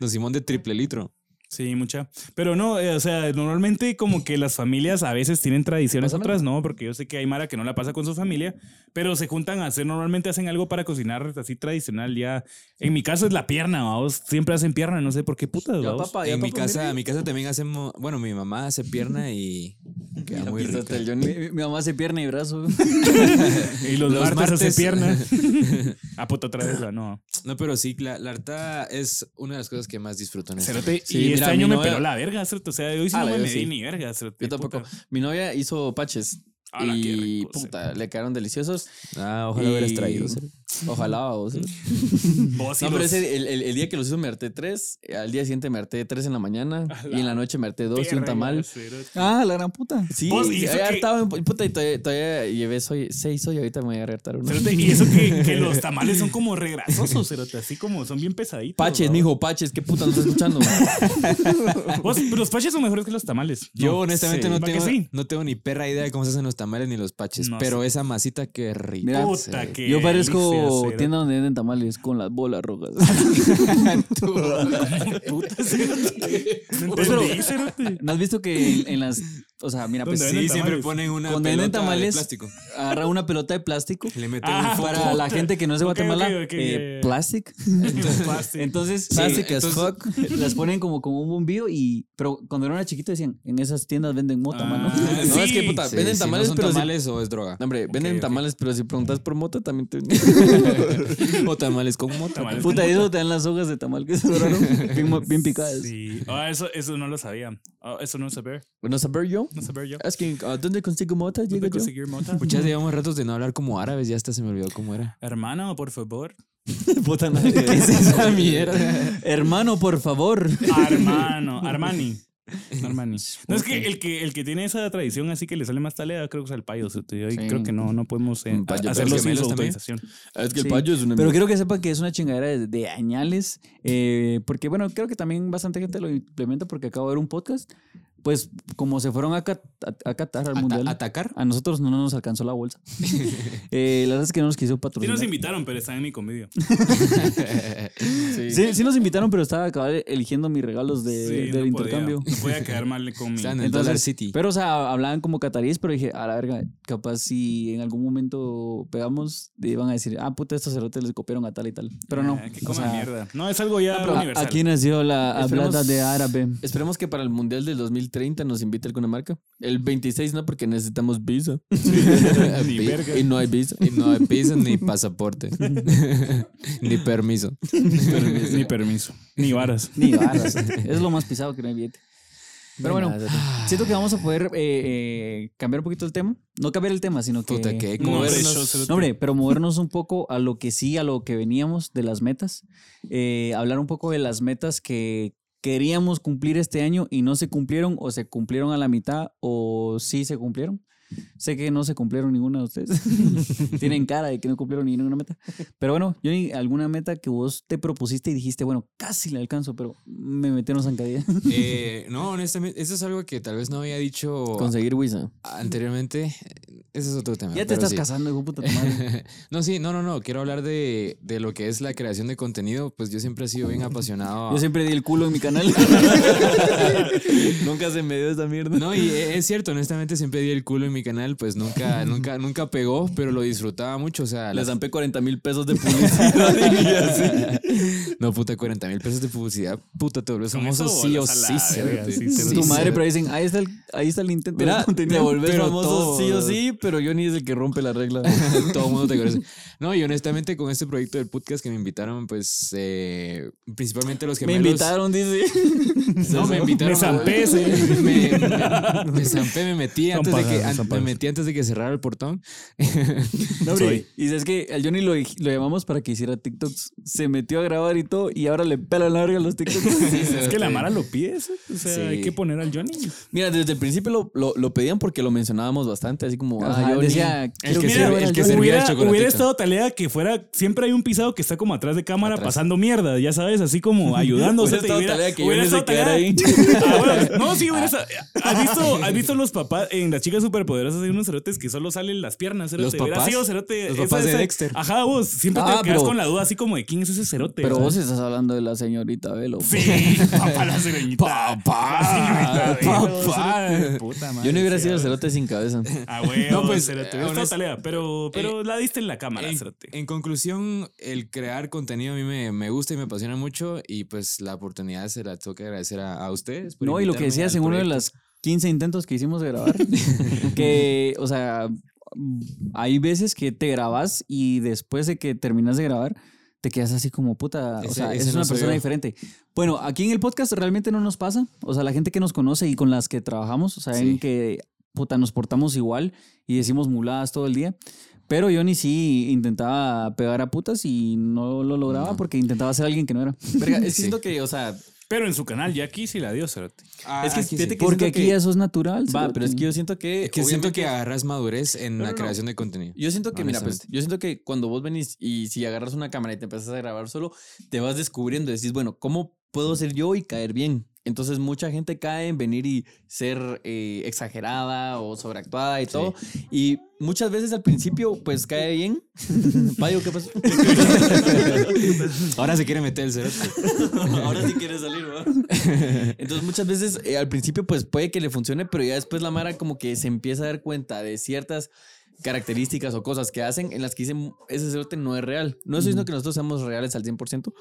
Speaker 2: Don Simón de triple litro.
Speaker 3: Sí, mucha. Pero no, eh, o sea, normalmente como que las familias a veces tienen tradiciones,
Speaker 1: Pásamelo.
Speaker 3: otras no, porque yo sé que hay Mara que no la pasa con su familia, pero se juntan a hacer, normalmente hacen algo para cocinar así tradicional ya. En mi caso es la pierna, vamos, siempre hacen pierna, no sé por qué putas,
Speaker 1: Ya,
Speaker 3: vaos.
Speaker 1: papá, ya,
Speaker 2: En mi
Speaker 1: papá,
Speaker 2: casa,
Speaker 1: mira.
Speaker 2: en mi casa también hacemos, bueno, mi mamá hace pierna y queda muy
Speaker 4: Aquí está
Speaker 2: rica.
Speaker 4: pues, el
Speaker 1: Mi,
Speaker 4: Johnny.
Speaker 1: mi- mi mamá hace pierna y brazo.
Speaker 3: Y los,
Speaker 2: Los
Speaker 3: martes, hacen
Speaker 2: martes.
Speaker 3: pierna. ah, puta, otra vez la no.
Speaker 2: No, pero sí, la, la harta es una de las cosas que más disfruto en esta vida.
Speaker 3: Cerote,
Speaker 4: Sí,
Speaker 3: y
Speaker 4: mira,
Speaker 3: este
Speaker 4: mi
Speaker 3: año me
Speaker 4: novia-
Speaker 3: peló la verga, ¿cierto? O sea, hoy sí
Speaker 4: Ah,
Speaker 3: no
Speaker 4: la
Speaker 3: me
Speaker 4: yo
Speaker 3: medí
Speaker 4: sí.
Speaker 3: ni verga, cerote,
Speaker 4: Yo tampoco.
Speaker 3: puta.
Speaker 4: Mi novia hizo paches.
Speaker 3: Ala, qué
Speaker 4: y
Speaker 3: rico,
Speaker 4: puta, le quedaron deliciosos.
Speaker 2: Ah, ojalá hubieras
Speaker 4: Y-
Speaker 2: traído.
Speaker 4: Ojalá vos.
Speaker 3: Vos y
Speaker 4: No, pero
Speaker 3: los-
Speaker 4: ese, el, el- el día que los hizo me harté tres. Al día siguiente me harté tres en la mañana.
Speaker 3: Ala.
Speaker 4: Y en la noche me harté dos y un
Speaker 3: Verga,
Speaker 4: tamal.
Speaker 3: cerote.
Speaker 1: Ah, la gran puta.
Speaker 4: Sí,
Speaker 3: Vos, y eso
Speaker 4: había
Speaker 3: que-
Speaker 4: hartado en- puta, y todavía, todavía llevé soy, seis hoy. Ahorita me voy a hartar uno.
Speaker 3: Cerote, y eso que, que los tamales son como regrasosos, cerote, así como son bien pesaditos.
Speaker 4: Paches,
Speaker 3: vaos.
Speaker 4: mijo, paches. ¿Qué puta no estás escuchando?
Speaker 3: Vos, pero los paches son mejores que los tamales.
Speaker 2: Yo honestamente
Speaker 4: sí.
Speaker 2: no,
Speaker 3: ¿Va que
Speaker 2: tengo,
Speaker 3: sí?
Speaker 2: no tengo ni perra idea de cómo se hacen los tamales ni los paches,
Speaker 3: No
Speaker 2: pero esa masita que rica.
Speaker 1: Mira,
Speaker 3: Puta que.
Speaker 1: Yo parezco
Speaker 3: delicia,
Speaker 1: tienda donde venden tamales con las bolas rojas.
Speaker 3: cerote. Puta, cerote.
Speaker 4: Pues,
Speaker 3: No entendí, cerote.
Speaker 1: ¿No has visto que en, en las. O sea, mira, pues
Speaker 3: ¿Dónde
Speaker 2: Sí,
Speaker 3: venden
Speaker 2: siempre
Speaker 3: tamales.
Speaker 2: ponen una
Speaker 1: Cuando venden
Speaker 2: pelota
Speaker 1: tamales-
Speaker 2: de plástico.
Speaker 1: agarra una pelota de plástico.
Speaker 2: Le meten
Speaker 3: Ah,
Speaker 2: un foco.
Speaker 1: Para la gente que no es de
Speaker 3: Ok, ok,
Speaker 1: Guatemala,
Speaker 3: ok,
Speaker 1: eh,
Speaker 3: ok.
Speaker 1: plastic.
Speaker 3: Plástico.
Speaker 1: Entonces,
Speaker 4: Plastic
Speaker 1: eh,
Speaker 4: as
Speaker 1: entonces, las ponen como, como un bombillo y. Pero cuando era una chiquita decían, en esas tiendas venden mota,
Speaker 3: Ah,
Speaker 1: mano.
Speaker 4: No, es que puta,
Speaker 2: Sí,
Speaker 4: venden
Speaker 2: sí,
Speaker 4: tamales,
Speaker 2: no son
Speaker 4: pero. si-
Speaker 2: tamales o es droga.
Speaker 4: No, hombre, venden
Speaker 3: ok.
Speaker 4: tamales, pero si preguntas por mota, también te.
Speaker 2: o tamales con mota.
Speaker 3: Tamales
Speaker 1: Puta,
Speaker 3: con
Speaker 1: y eso te dan las hojas de tamal que se doraron bien, mo- bien picadas.
Speaker 3: Sí. Ah, eso, eso no lo sabía. Ah, eso no saber.
Speaker 4: Bueno, saber yo.
Speaker 3: No saber yo.
Speaker 4: Asking, ah, ¿dónde consigo mota? Llego
Speaker 3: ¿Dónde
Speaker 4: yo.
Speaker 3: conseguir mota?
Speaker 2: Muchas llevamos ratos de no hablar como árabes, ya hasta se me olvidó cómo era.
Speaker 3: Hermano, por favor.
Speaker 4: Puta, no. ¿Qué es esa mierda?
Speaker 1: Hermano, por favor.
Speaker 3: Hermano. Armani. Armani. No, es que el, que el que tiene esa tradición así que le sale más talea, creo que es el payo. o sea, yo
Speaker 4: Sí.
Speaker 3: creo que no, no podemos eh,
Speaker 4: Un payo,
Speaker 3: hacerlo
Speaker 2: pero
Speaker 3: sin
Speaker 2: gemelos
Speaker 3: su
Speaker 2: también.
Speaker 3: autorización.
Speaker 4: Es que
Speaker 1: Sí,
Speaker 4: el payo es una
Speaker 1: Pero
Speaker 4: mierda.
Speaker 1: quiero que sepan que es una chingadera de, de añales, eh, porque bueno, creo que también bastante gente lo implementa porque acabo de ver un podcast, pues como se fueron a, Cat- a- a Qatar al
Speaker 2: Ata-
Speaker 1: Mundial,
Speaker 2: ¿Atacar?
Speaker 1: a nosotros no nos alcanzó la bolsa. Eh, la verdad es que no nos quiso
Speaker 3: Sí
Speaker 1: patrocinar.
Speaker 3: nos invitaron, pero están en mi comedia.
Speaker 4: Sí.
Speaker 1: Sí, sí nos invitaron, pero estaba acababa eligiendo mis regalos de-
Speaker 3: Sí,
Speaker 1: del
Speaker 3: no podía,
Speaker 1: intercambio.
Speaker 3: no podía quedar mal con mi.
Speaker 2: Están en el
Speaker 1: Entonces,
Speaker 2: Dollar City.
Speaker 1: Pero, o sea, hablaban como cataríes, pero dije, a la verga, capaz si en algún momento pegamos, iban a decir, ah, puta, estos cerotes les copiaron a tal y tal. Pero no.
Speaker 3: Ah, que
Speaker 1: o
Speaker 3: coma
Speaker 1: sea,
Speaker 3: mierda. No, es algo ya
Speaker 1: a-
Speaker 3: universal.
Speaker 1: aquí nació la
Speaker 4: Esperemos-
Speaker 1: hablada de árabe.
Speaker 4: Esperemos que para el Mundial del 2030 nos invite alguna marca. El 26 no, porque necesitamos visa.
Speaker 3: Ni verga.
Speaker 4: y no hay visa.
Speaker 2: Y no hay piso ni pasaporte. ni permiso.
Speaker 3: Ni permiso. Ni varas.
Speaker 1: Ni barras. es lo más pisado que no hay billete. Pero bueno, siento que vamos a poder eh, eh, cambiar un poquito el tema. No cambiar el tema, sino que.
Speaker 2: Puta, que
Speaker 3: No,
Speaker 2: como
Speaker 3: hombre,
Speaker 2: vernos.
Speaker 3: yo se lo-
Speaker 1: No, hombre, pero movernos un poco a lo que sí, a lo que veníamos de las metas. Eh, hablar un poco de las metas que queríamos cumplir este año y no se cumplieron, o se cumplieron a la mitad, o sí se cumplieron. Sé que no se cumplieron ninguna de ustedes. Tienen cara de que no cumplieron ninguna meta. Pero bueno, Johnny, ¿alguna meta que vos te propusiste y dijiste, bueno, casi la alcanzo, pero me metieron zancadilla?
Speaker 2: Eh, no, honestamente, eso es algo que tal vez no había dicho
Speaker 4: Conseguir visa.
Speaker 2: anteriormente. Ese es otro tema.
Speaker 1: ya te
Speaker 2: pero
Speaker 1: estás
Speaker 2: sí.
Speaker 1: casando, hijo de puta tu madre.
Speaker 2: no, sí, no, no, no. Quiero hablar de, de lo que es la creación de contenido. Pues yo siempre he sido bien apasionado. a-
Speaker 1: Yo siempre di el culo en mi canal.
Speaker 4: Nunca se me dio esa mierda.
Speaker 2: No, y e- es cierto, honestamente siempre di el culo en mi mi canal, pues nunca, nunca, nunca pegó, pero lo disfrutaba mucho. O sea,
Speaker 4: Les
Speaker 2: las-
Speaker 4: zampé 40 mil pesos de publicidad. y así.
Speaker 2: no, puta, 40 mil pesos de publicidad. Puta, te volvés
Speaker 3: Con
Speaker 2: famoso
Speaker 3: eso
Speaker 2: sí o
Speaker 3: volás a
Speaker 2: sí.
Speaker 3: la verga,
Speaker 2: cerote.
Speaker 3: sí, cerote.
Speaker 2: Sí,
Speaker 1: tu madre,
Speaker 2: cerote.
Speaker 1: pero dicen, ahí está el, ahí está el intento.
Speaker 4: Mira,
Speaker 1: del contenido".
Speaker 4: te volvés
Speaker 2: Pero
Speaker 4: famoso
Speaker 2: todo-
Speaker 4: sí o sí, pero Johnny es el que rompe la regla.
Speaker 2: Todo el mundo te conoce. No, y honestamente con este proyecto del podcast que me invitaron, pues eh, principalmente los
Speaker 1: Me
Speaker 2: gemelos.
Speaker 1: invitaron, dice.
Speaker 2: No, me invitaron.
Speaker 3: Me zampé, sí.
Speaker 2: Me, me, me zampé, me metí
Speaker 3: Son
Speaker 2: antes de
Speaker 3: pajas,
Speaker 2: que,
Speaker 3: son
Speaker 2: an- me
Speaker 3: pajas.
Speaker 2: metí antes de que cerrara el portón.
Speaker 1: No, hombre,
Speaker 3: Soy.
Speaker 1: Y es que al Johnny lo, lo llamamos para que hiciera TikToks. Se metió a grabar y todo, y ahora le pela la verga los TikToks.
Speaker 3: Es que la Mara lo pide, eso. o sea,
Speaker 2: Sí.
Speaker 3: hay que poner al Johnny.
Speaker 4: Mira, desde el principio lo, lo, lo pedían porque lo mencionábamos bastante, así como.
Speaker 1: Ajá,
Speaker 4: ah, Johnny.
Speaker 1: decía, "Quiero
Speaker 2: que
Speaker 1: ver
Speaker 2: se-
Speaker 1: al
Speaker 2: el que
Speaker 1: Johnny".
Speaker 2: se- servía el
Speaker 3: hubiera,
Speaker 2: chocolatito.
Speaker 3: hubiera estado tarea que fuera. Siempre hay un pisado que está como atrás de cámara
Speaker 2: Atrás.
Speaker 3: pasando mierda, ya sabes, así como ayudando. o sea,
Speaker 4: Hubiera
Speaker 3: te
Speaker 4: estado tarea que
Speaker 3: hubiera
Speaker 4: Johnny se
Speaker 3: estado tarea- Ah, bueno, no, sí, hubiera estado- ¿Has visto, has visto los papás en las chicas superpoderosas? Hay unos cerotes que solo salen las piernas. cerote.
Speaker 2: Los
Speaker 3: Hubiera
Speaker 2: papás.
Speaker 3: sido cerote.
Speaker 2: Los
Speaker 3: Esa-
Speaker 2: papás de
Speaker 3: esa-
Speaker 2: Dexter.
Speaker 3: Ajá, vos. Siempre
Speaker 4: Ah,
Speaker 3: te quedas
Speaker 4: pero-
Speaker 3: con la duda así como de quién es ese cerote.
Speaker 1: Pero
Speaker 3: o sea.
Speaker 1: vos estás hablando de la señorita Velo.
Speaker 3: Sí, papá la sereñita.
Speaker 2: Papá,
Speaker 3: La sirenita,
Speaker 2: papá.
Speaker 3: Dios, cerote, puta madre,
Speaker 4: Yo no hubiera
Speaker 3: sí,
Speaker 4: sido el
Speaker 3: a ver.
Speaker 4: cerote sin cabeza.
Speaker 3: Ah, güey.
Speaker 2: No,
Speaker 3: No,
Speaker 2: pues,
Speaker 3: pues.
Speaker 2: eh, honest- Eh,
Speaker 3: tarea, pero, pero la diste en la cámara,
Speaker 2: En,
Speaker 3: cerote.
Speaker 2: en conclusión, el crear contenido a mí me, me gusta y me apasiona mucho y pues la oportunidad se la tengo que agradecer a, a ustedes. por
Speaker 1: No, y lo que
Speaker 2: invitarme
Speaker 1: decías
Speaker 2: al
Speaker 1: en uno de
Speaker 2: proyecto.
Speaker 1: las 15 intentos que hicimos de grabar, que, o sea, mm, hay veces que te grabas y después de que terminas de grabar, te quedas así como puta, o
Speaker 2: Ese-
Speaker 1: sea,
Speaker 2: ese
Speaker 1: es
Speaker 2: no
Speaker 1: una
Speaker 2: soy
Speaker 1: persona
Speaker 2: yo.
Speaker 1: diferente. Bueno, aquí en el podcast realmente no nos pasa, o sea, la gente que nos conoce y con las que trabajamos, saben
Speaker 2: Sí.
Speaker 1: que puta, nos portamos igual y decimos muladas todo el día. Pero Johnny sí intentaba pegar a putas y no lo lograba
Speaker 2: No.
Speaker 1: porque intentaba ser alguien que no era.
Speaker 4: Verga, es que
Speaker 2: Sí.
Speaker 4: siento que, o sea,
Speaker 3: Pero en su canal, ya aquí sí la dio, cerote.
Speaker 2: Ah,
Speaker 4: Es que
Speaker 2: aquí
Speaker 4: fíjate
Speaker 2: sí.
Speaker 4: que
Speaker 1: Porque
Speaker 4: siento
Speaker 1: aquí
Speaker 4: que-
Speaker 1: eso es natural.
Speaker 4: va,
Speaker 1: cerote.
Speaker 4: pero es que yo siento que.
Speaker 2: que siento
Speaker 4: obviamente-
Speaker 2: que agarras madurez en
Speaker 3: No,
Speaker 2: la
Speaker 3: no, no.
Speaker 2: creación de contenido.
Speaker 4: Yo siento que, mira, pues,
Speaker 2: Honestamente.
Speaker 4: yo siento que cuando vos venís y si agarras una cámara y te empiezas a grabar solo, te vas descubriendo, decís, bueno, ¿cómo puedo ser yo y caer bien? Entonces mucha gente cae en venir y ser eh, exagerada o sobreactuada y todo. Y muchas veces al principio, pues cae bien. Payo, ¿qué pasó?
Speaker 2: Ahora se quiere meter el cerote.
Speaker 4: Ahora sí quieres salir, ¿verdad? Entonces muchas veces eh, al principio pues puede que le funcione, pero ya después la Mara como que se empieza a dar cuenta de ciertas características o cosas que hacen en las que dicen ese cerote no es real. No estoy diciendo que nosotros seamos reales al 100%.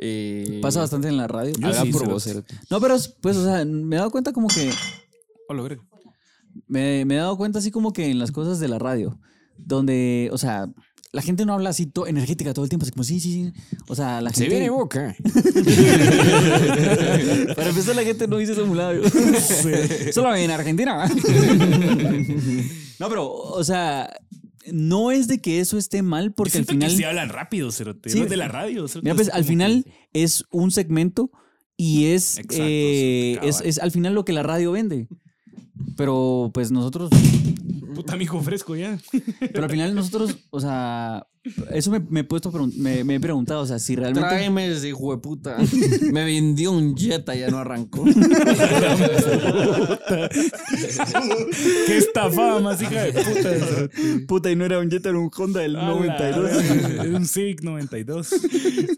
Speaker 4: Eh,
Speaker 1: Pasa bastante en la radio.
Speaker 3: Yo
Speaker 2: Haga
Speaker 3: sí,
Speaker 2: por
Speaker 3: cerote.
Speaker 2: vos, cerote.
Speaker 1: No, pero es- pues, o sea, me he dado cuenta como que.
Speaker 2: Hola, verga.
Speaker 1: Me, me he dado cuenta así como que en las cosas de la radio. Donde, o sea, la gente no habla así to- energética todo el tiempo. Así como, sí, sí, sí. O sea, la
Speaker 2: Se
Speaker 1: gente.
Speaker 2: viene boca.
Speaker 1: Para empezar, la gente no dice eso mulado. Solo en Argentina. no, pero, o sea, no es de que eso esté mal, porque al final.
Speaker 3: Que sí hablan rápido, cerote.
Speaker 1: Sí.
Speaker 3: Los de la radio, cerote.
Speaker 1: Mira, pues
Speaker 3: es
Speaker 1: al
Speaker 3: como
Speaker 1: final
Speaker 3: que-
Speaker 1: es un segmento y es,
Speaker 3: Exacto,
Speaker 1: eh,
Speaker 3: cabal.
Speaker 1: es, es al final lo que la radio vende. Pero pues nosotros,
Speaker 3: Puta mijo fresco ya.
Speaker 1: pero al final nosotros, o sea, eso me, me he puesto, pregun- me, me he preguntado, o sea, si realmente...
Speaker 4: Tráeme ese hijo de puta. Me vendió un Jetta, ya no arrancó.
Speaker 3: Qué estafada más hija de puta. cerote.
Speaker 1: Puta, y no era un Jetta, era un Honda del
Speaker 3: A la verga, Era un Civic 92.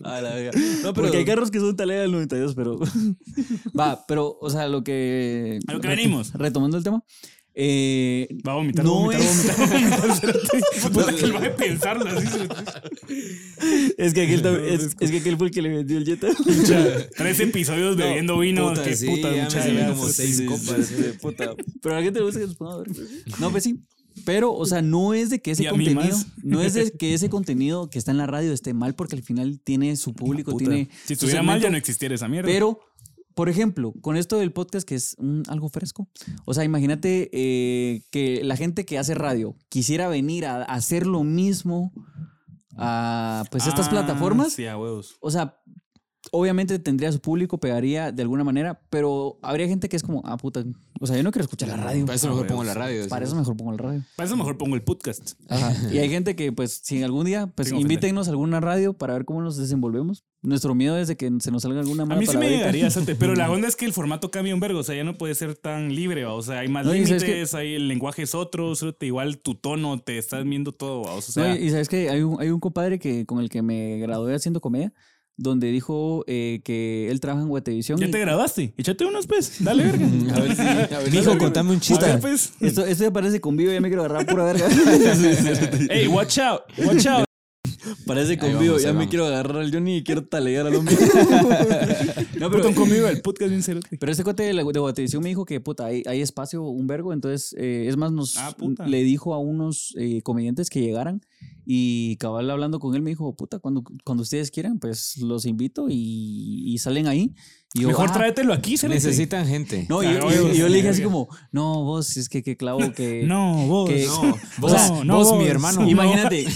Speaker 4: A la verga. No, pero
Speaker 1: Porque hay carros que son talera del 92, pero... Va, pero, o sea, lo que...
Speaker 3: A lo que venimos.
Speaker 1: Retomando el tema. eh,
Speaker 3: Va a vomitar,
Speaker 1: No
Speaker 3: va a vomitar,
Speaker 1: es-
Speaker 3: va a vomitar, va a vomitar, cerote. Puta que lo va a pensarlo así, cerote.
Speaker 1: es, que aquel, tam- es, es que aquel fue el que le vendió el Jetta.
Speaker 3: Pucha, Tres episodios bebiendo vino.
Speaker 2: puta,
Speaker 3: qué
Speaker 2: sí,
Speaker 3: puta,
Speaker 2: ya me
Speaker 3: mucha
Speaker 2: se ve
Speaker 3: ya,
Speaker 2: como
Speaker 3: cerote.
Speaker 2: seis
Speaker 3: Sí, sí,
Speaker 2: copas.
Speaker 3: sí.
Speaker 4: de puta.
Speaker 1: Pero a la gente le gusta que sus ponedores. No, pues sí. Pero, o sea, no es de que ese
Speaker 3: Y a mí
Speaker 1: contenido,
Speaker 3: más.
Speaker 1: no es de que ese contenido que está en la radio esté mal, porque al final tiene su público,
Speaker 3: Puta.
Speaker 1: tiene.
Speaker 3: Si
Speaker 1: su
Speaker 3: estuviera mal ya
Speaker 1: segmento.
Speaker 3: no existiera esa mierda.
Speaker 1: Pues, Pero, por ejemplo, con esto del podcast que es mm, algo fresco, o sea, imagínate eh, que la gente que hace radio quisiera venir a hacer lo mismo a pues estas
Speaker 3: Ah,
Speaker 1: plataformas.
Speaker 3: Sí, a huevos.
Speaker 1: O sea, obviamente tendría su público, pegaría de alguna manera, pero habría gente que es como, ah, puta, o sea, yo no quiero escuchar la radio.
Speaker 2: Para eso
Speaker 3: Ah,
Speaker 2: mejor
Speaker 3: huevos.
Speaker 2: pongo la radio.
Speaker 1: Para eso
Speaker 2: cerote.
Speaker 1: mejor pongo el radio.
Speaker 3: Para eso mejor pongo el podcast.
Speaker 1: Ajá. Y hay gente que, pues, si algún día, pues,
Speaker 3: Sin ofender.
Speaker 1: invítennos a alguna radio para ver cómo nos desenvolvemos. Nuestro miedo es de que se nos salga alguna
Speaker 3: A
Speaker 1: mala
Speaker 3: mí sí me
Speaker 1: palabrita.
Speaker 3: llegaría bastante, pero la onda es que el formato cambia un vergo, o sea, ya no puede ser tan libre, ¿va? o sea, hay más
Speaker 1: No, y sabes
Speaker 3: límites, hay el lenguaje es otro, o sea, te- igual tu tono, te estás viendo todo, ¿va? o sea,
Speaker 1: No, y- y sabes que hay un, hay un compadre que, con el que me gradué haciendo comedia, donde dijo eh, que él trabaja en Guatevisión.
Speaker 3: Ya
Speaker 1: y-
Speaker 3: te grabaste. Échate unos, pues. Dale, verga.
Speaker 4: A ver si. A ver si-
Speaker 2: Mijo, contame un
Speaker 3: A
Speaker 2: chiste.
Speaker 3: ver, pues.
Speaker 1: Esto, esto ya parece convivo, ya me quiero agarrar pura verga.
Speaker 3: Hey, watch out. Watch out.
Speaker 4: Parece
Speaker 2: vamos,
Speaker 4: conmigo.
Speaker 2: ahí
Speaker 4: Ya me
Speaker 2: vamos.
Speaker 4: quiero agarrar al Johnny y quiero talegar al hombre.
Speaker 3: No, pero conmigo el podcast bien cerote.
Speaker 1: Pero este cuate de, la- de Guatevisión me dijo que, puta, hay, hay espacio, un vergo. Entonces, eh, es más, nos
Speaker 3: Ah, puta.
Speaker 1: le dijo a unos eh, comediantes que llegaran y cabal hablando con él me dijo, puta, cuando, cuando ustedes quieran, pues los invito y, y salen ahí. Y yo,
Speaker 3: Mejor
Speaker 1: "Ah".
Speaker 3: tráetelo aquí, cerote.
Speaker 2: Necesitan gente.
Speaker 1: No, y-
Speaker 3: Claro,
Speaker 1: y- y
Speaker 3: obvio,
Speaker 1: yo le dije así
Speaker 3: verga.
Speaker 1: como, no, vos, es que qué clavo que...
Speaker 3: No, vos.
Speaker 1: que-
Speaker 2: No,
Speaker 1: O
Speaker 2: vos,
Speaker 1: sea,
Speaker 3: no,
Speaker 2: vos,
Speaker 3: vos.
Speaker 2: mi hermano.
Speaker 3: Y-
Speaker 1: Imagínate,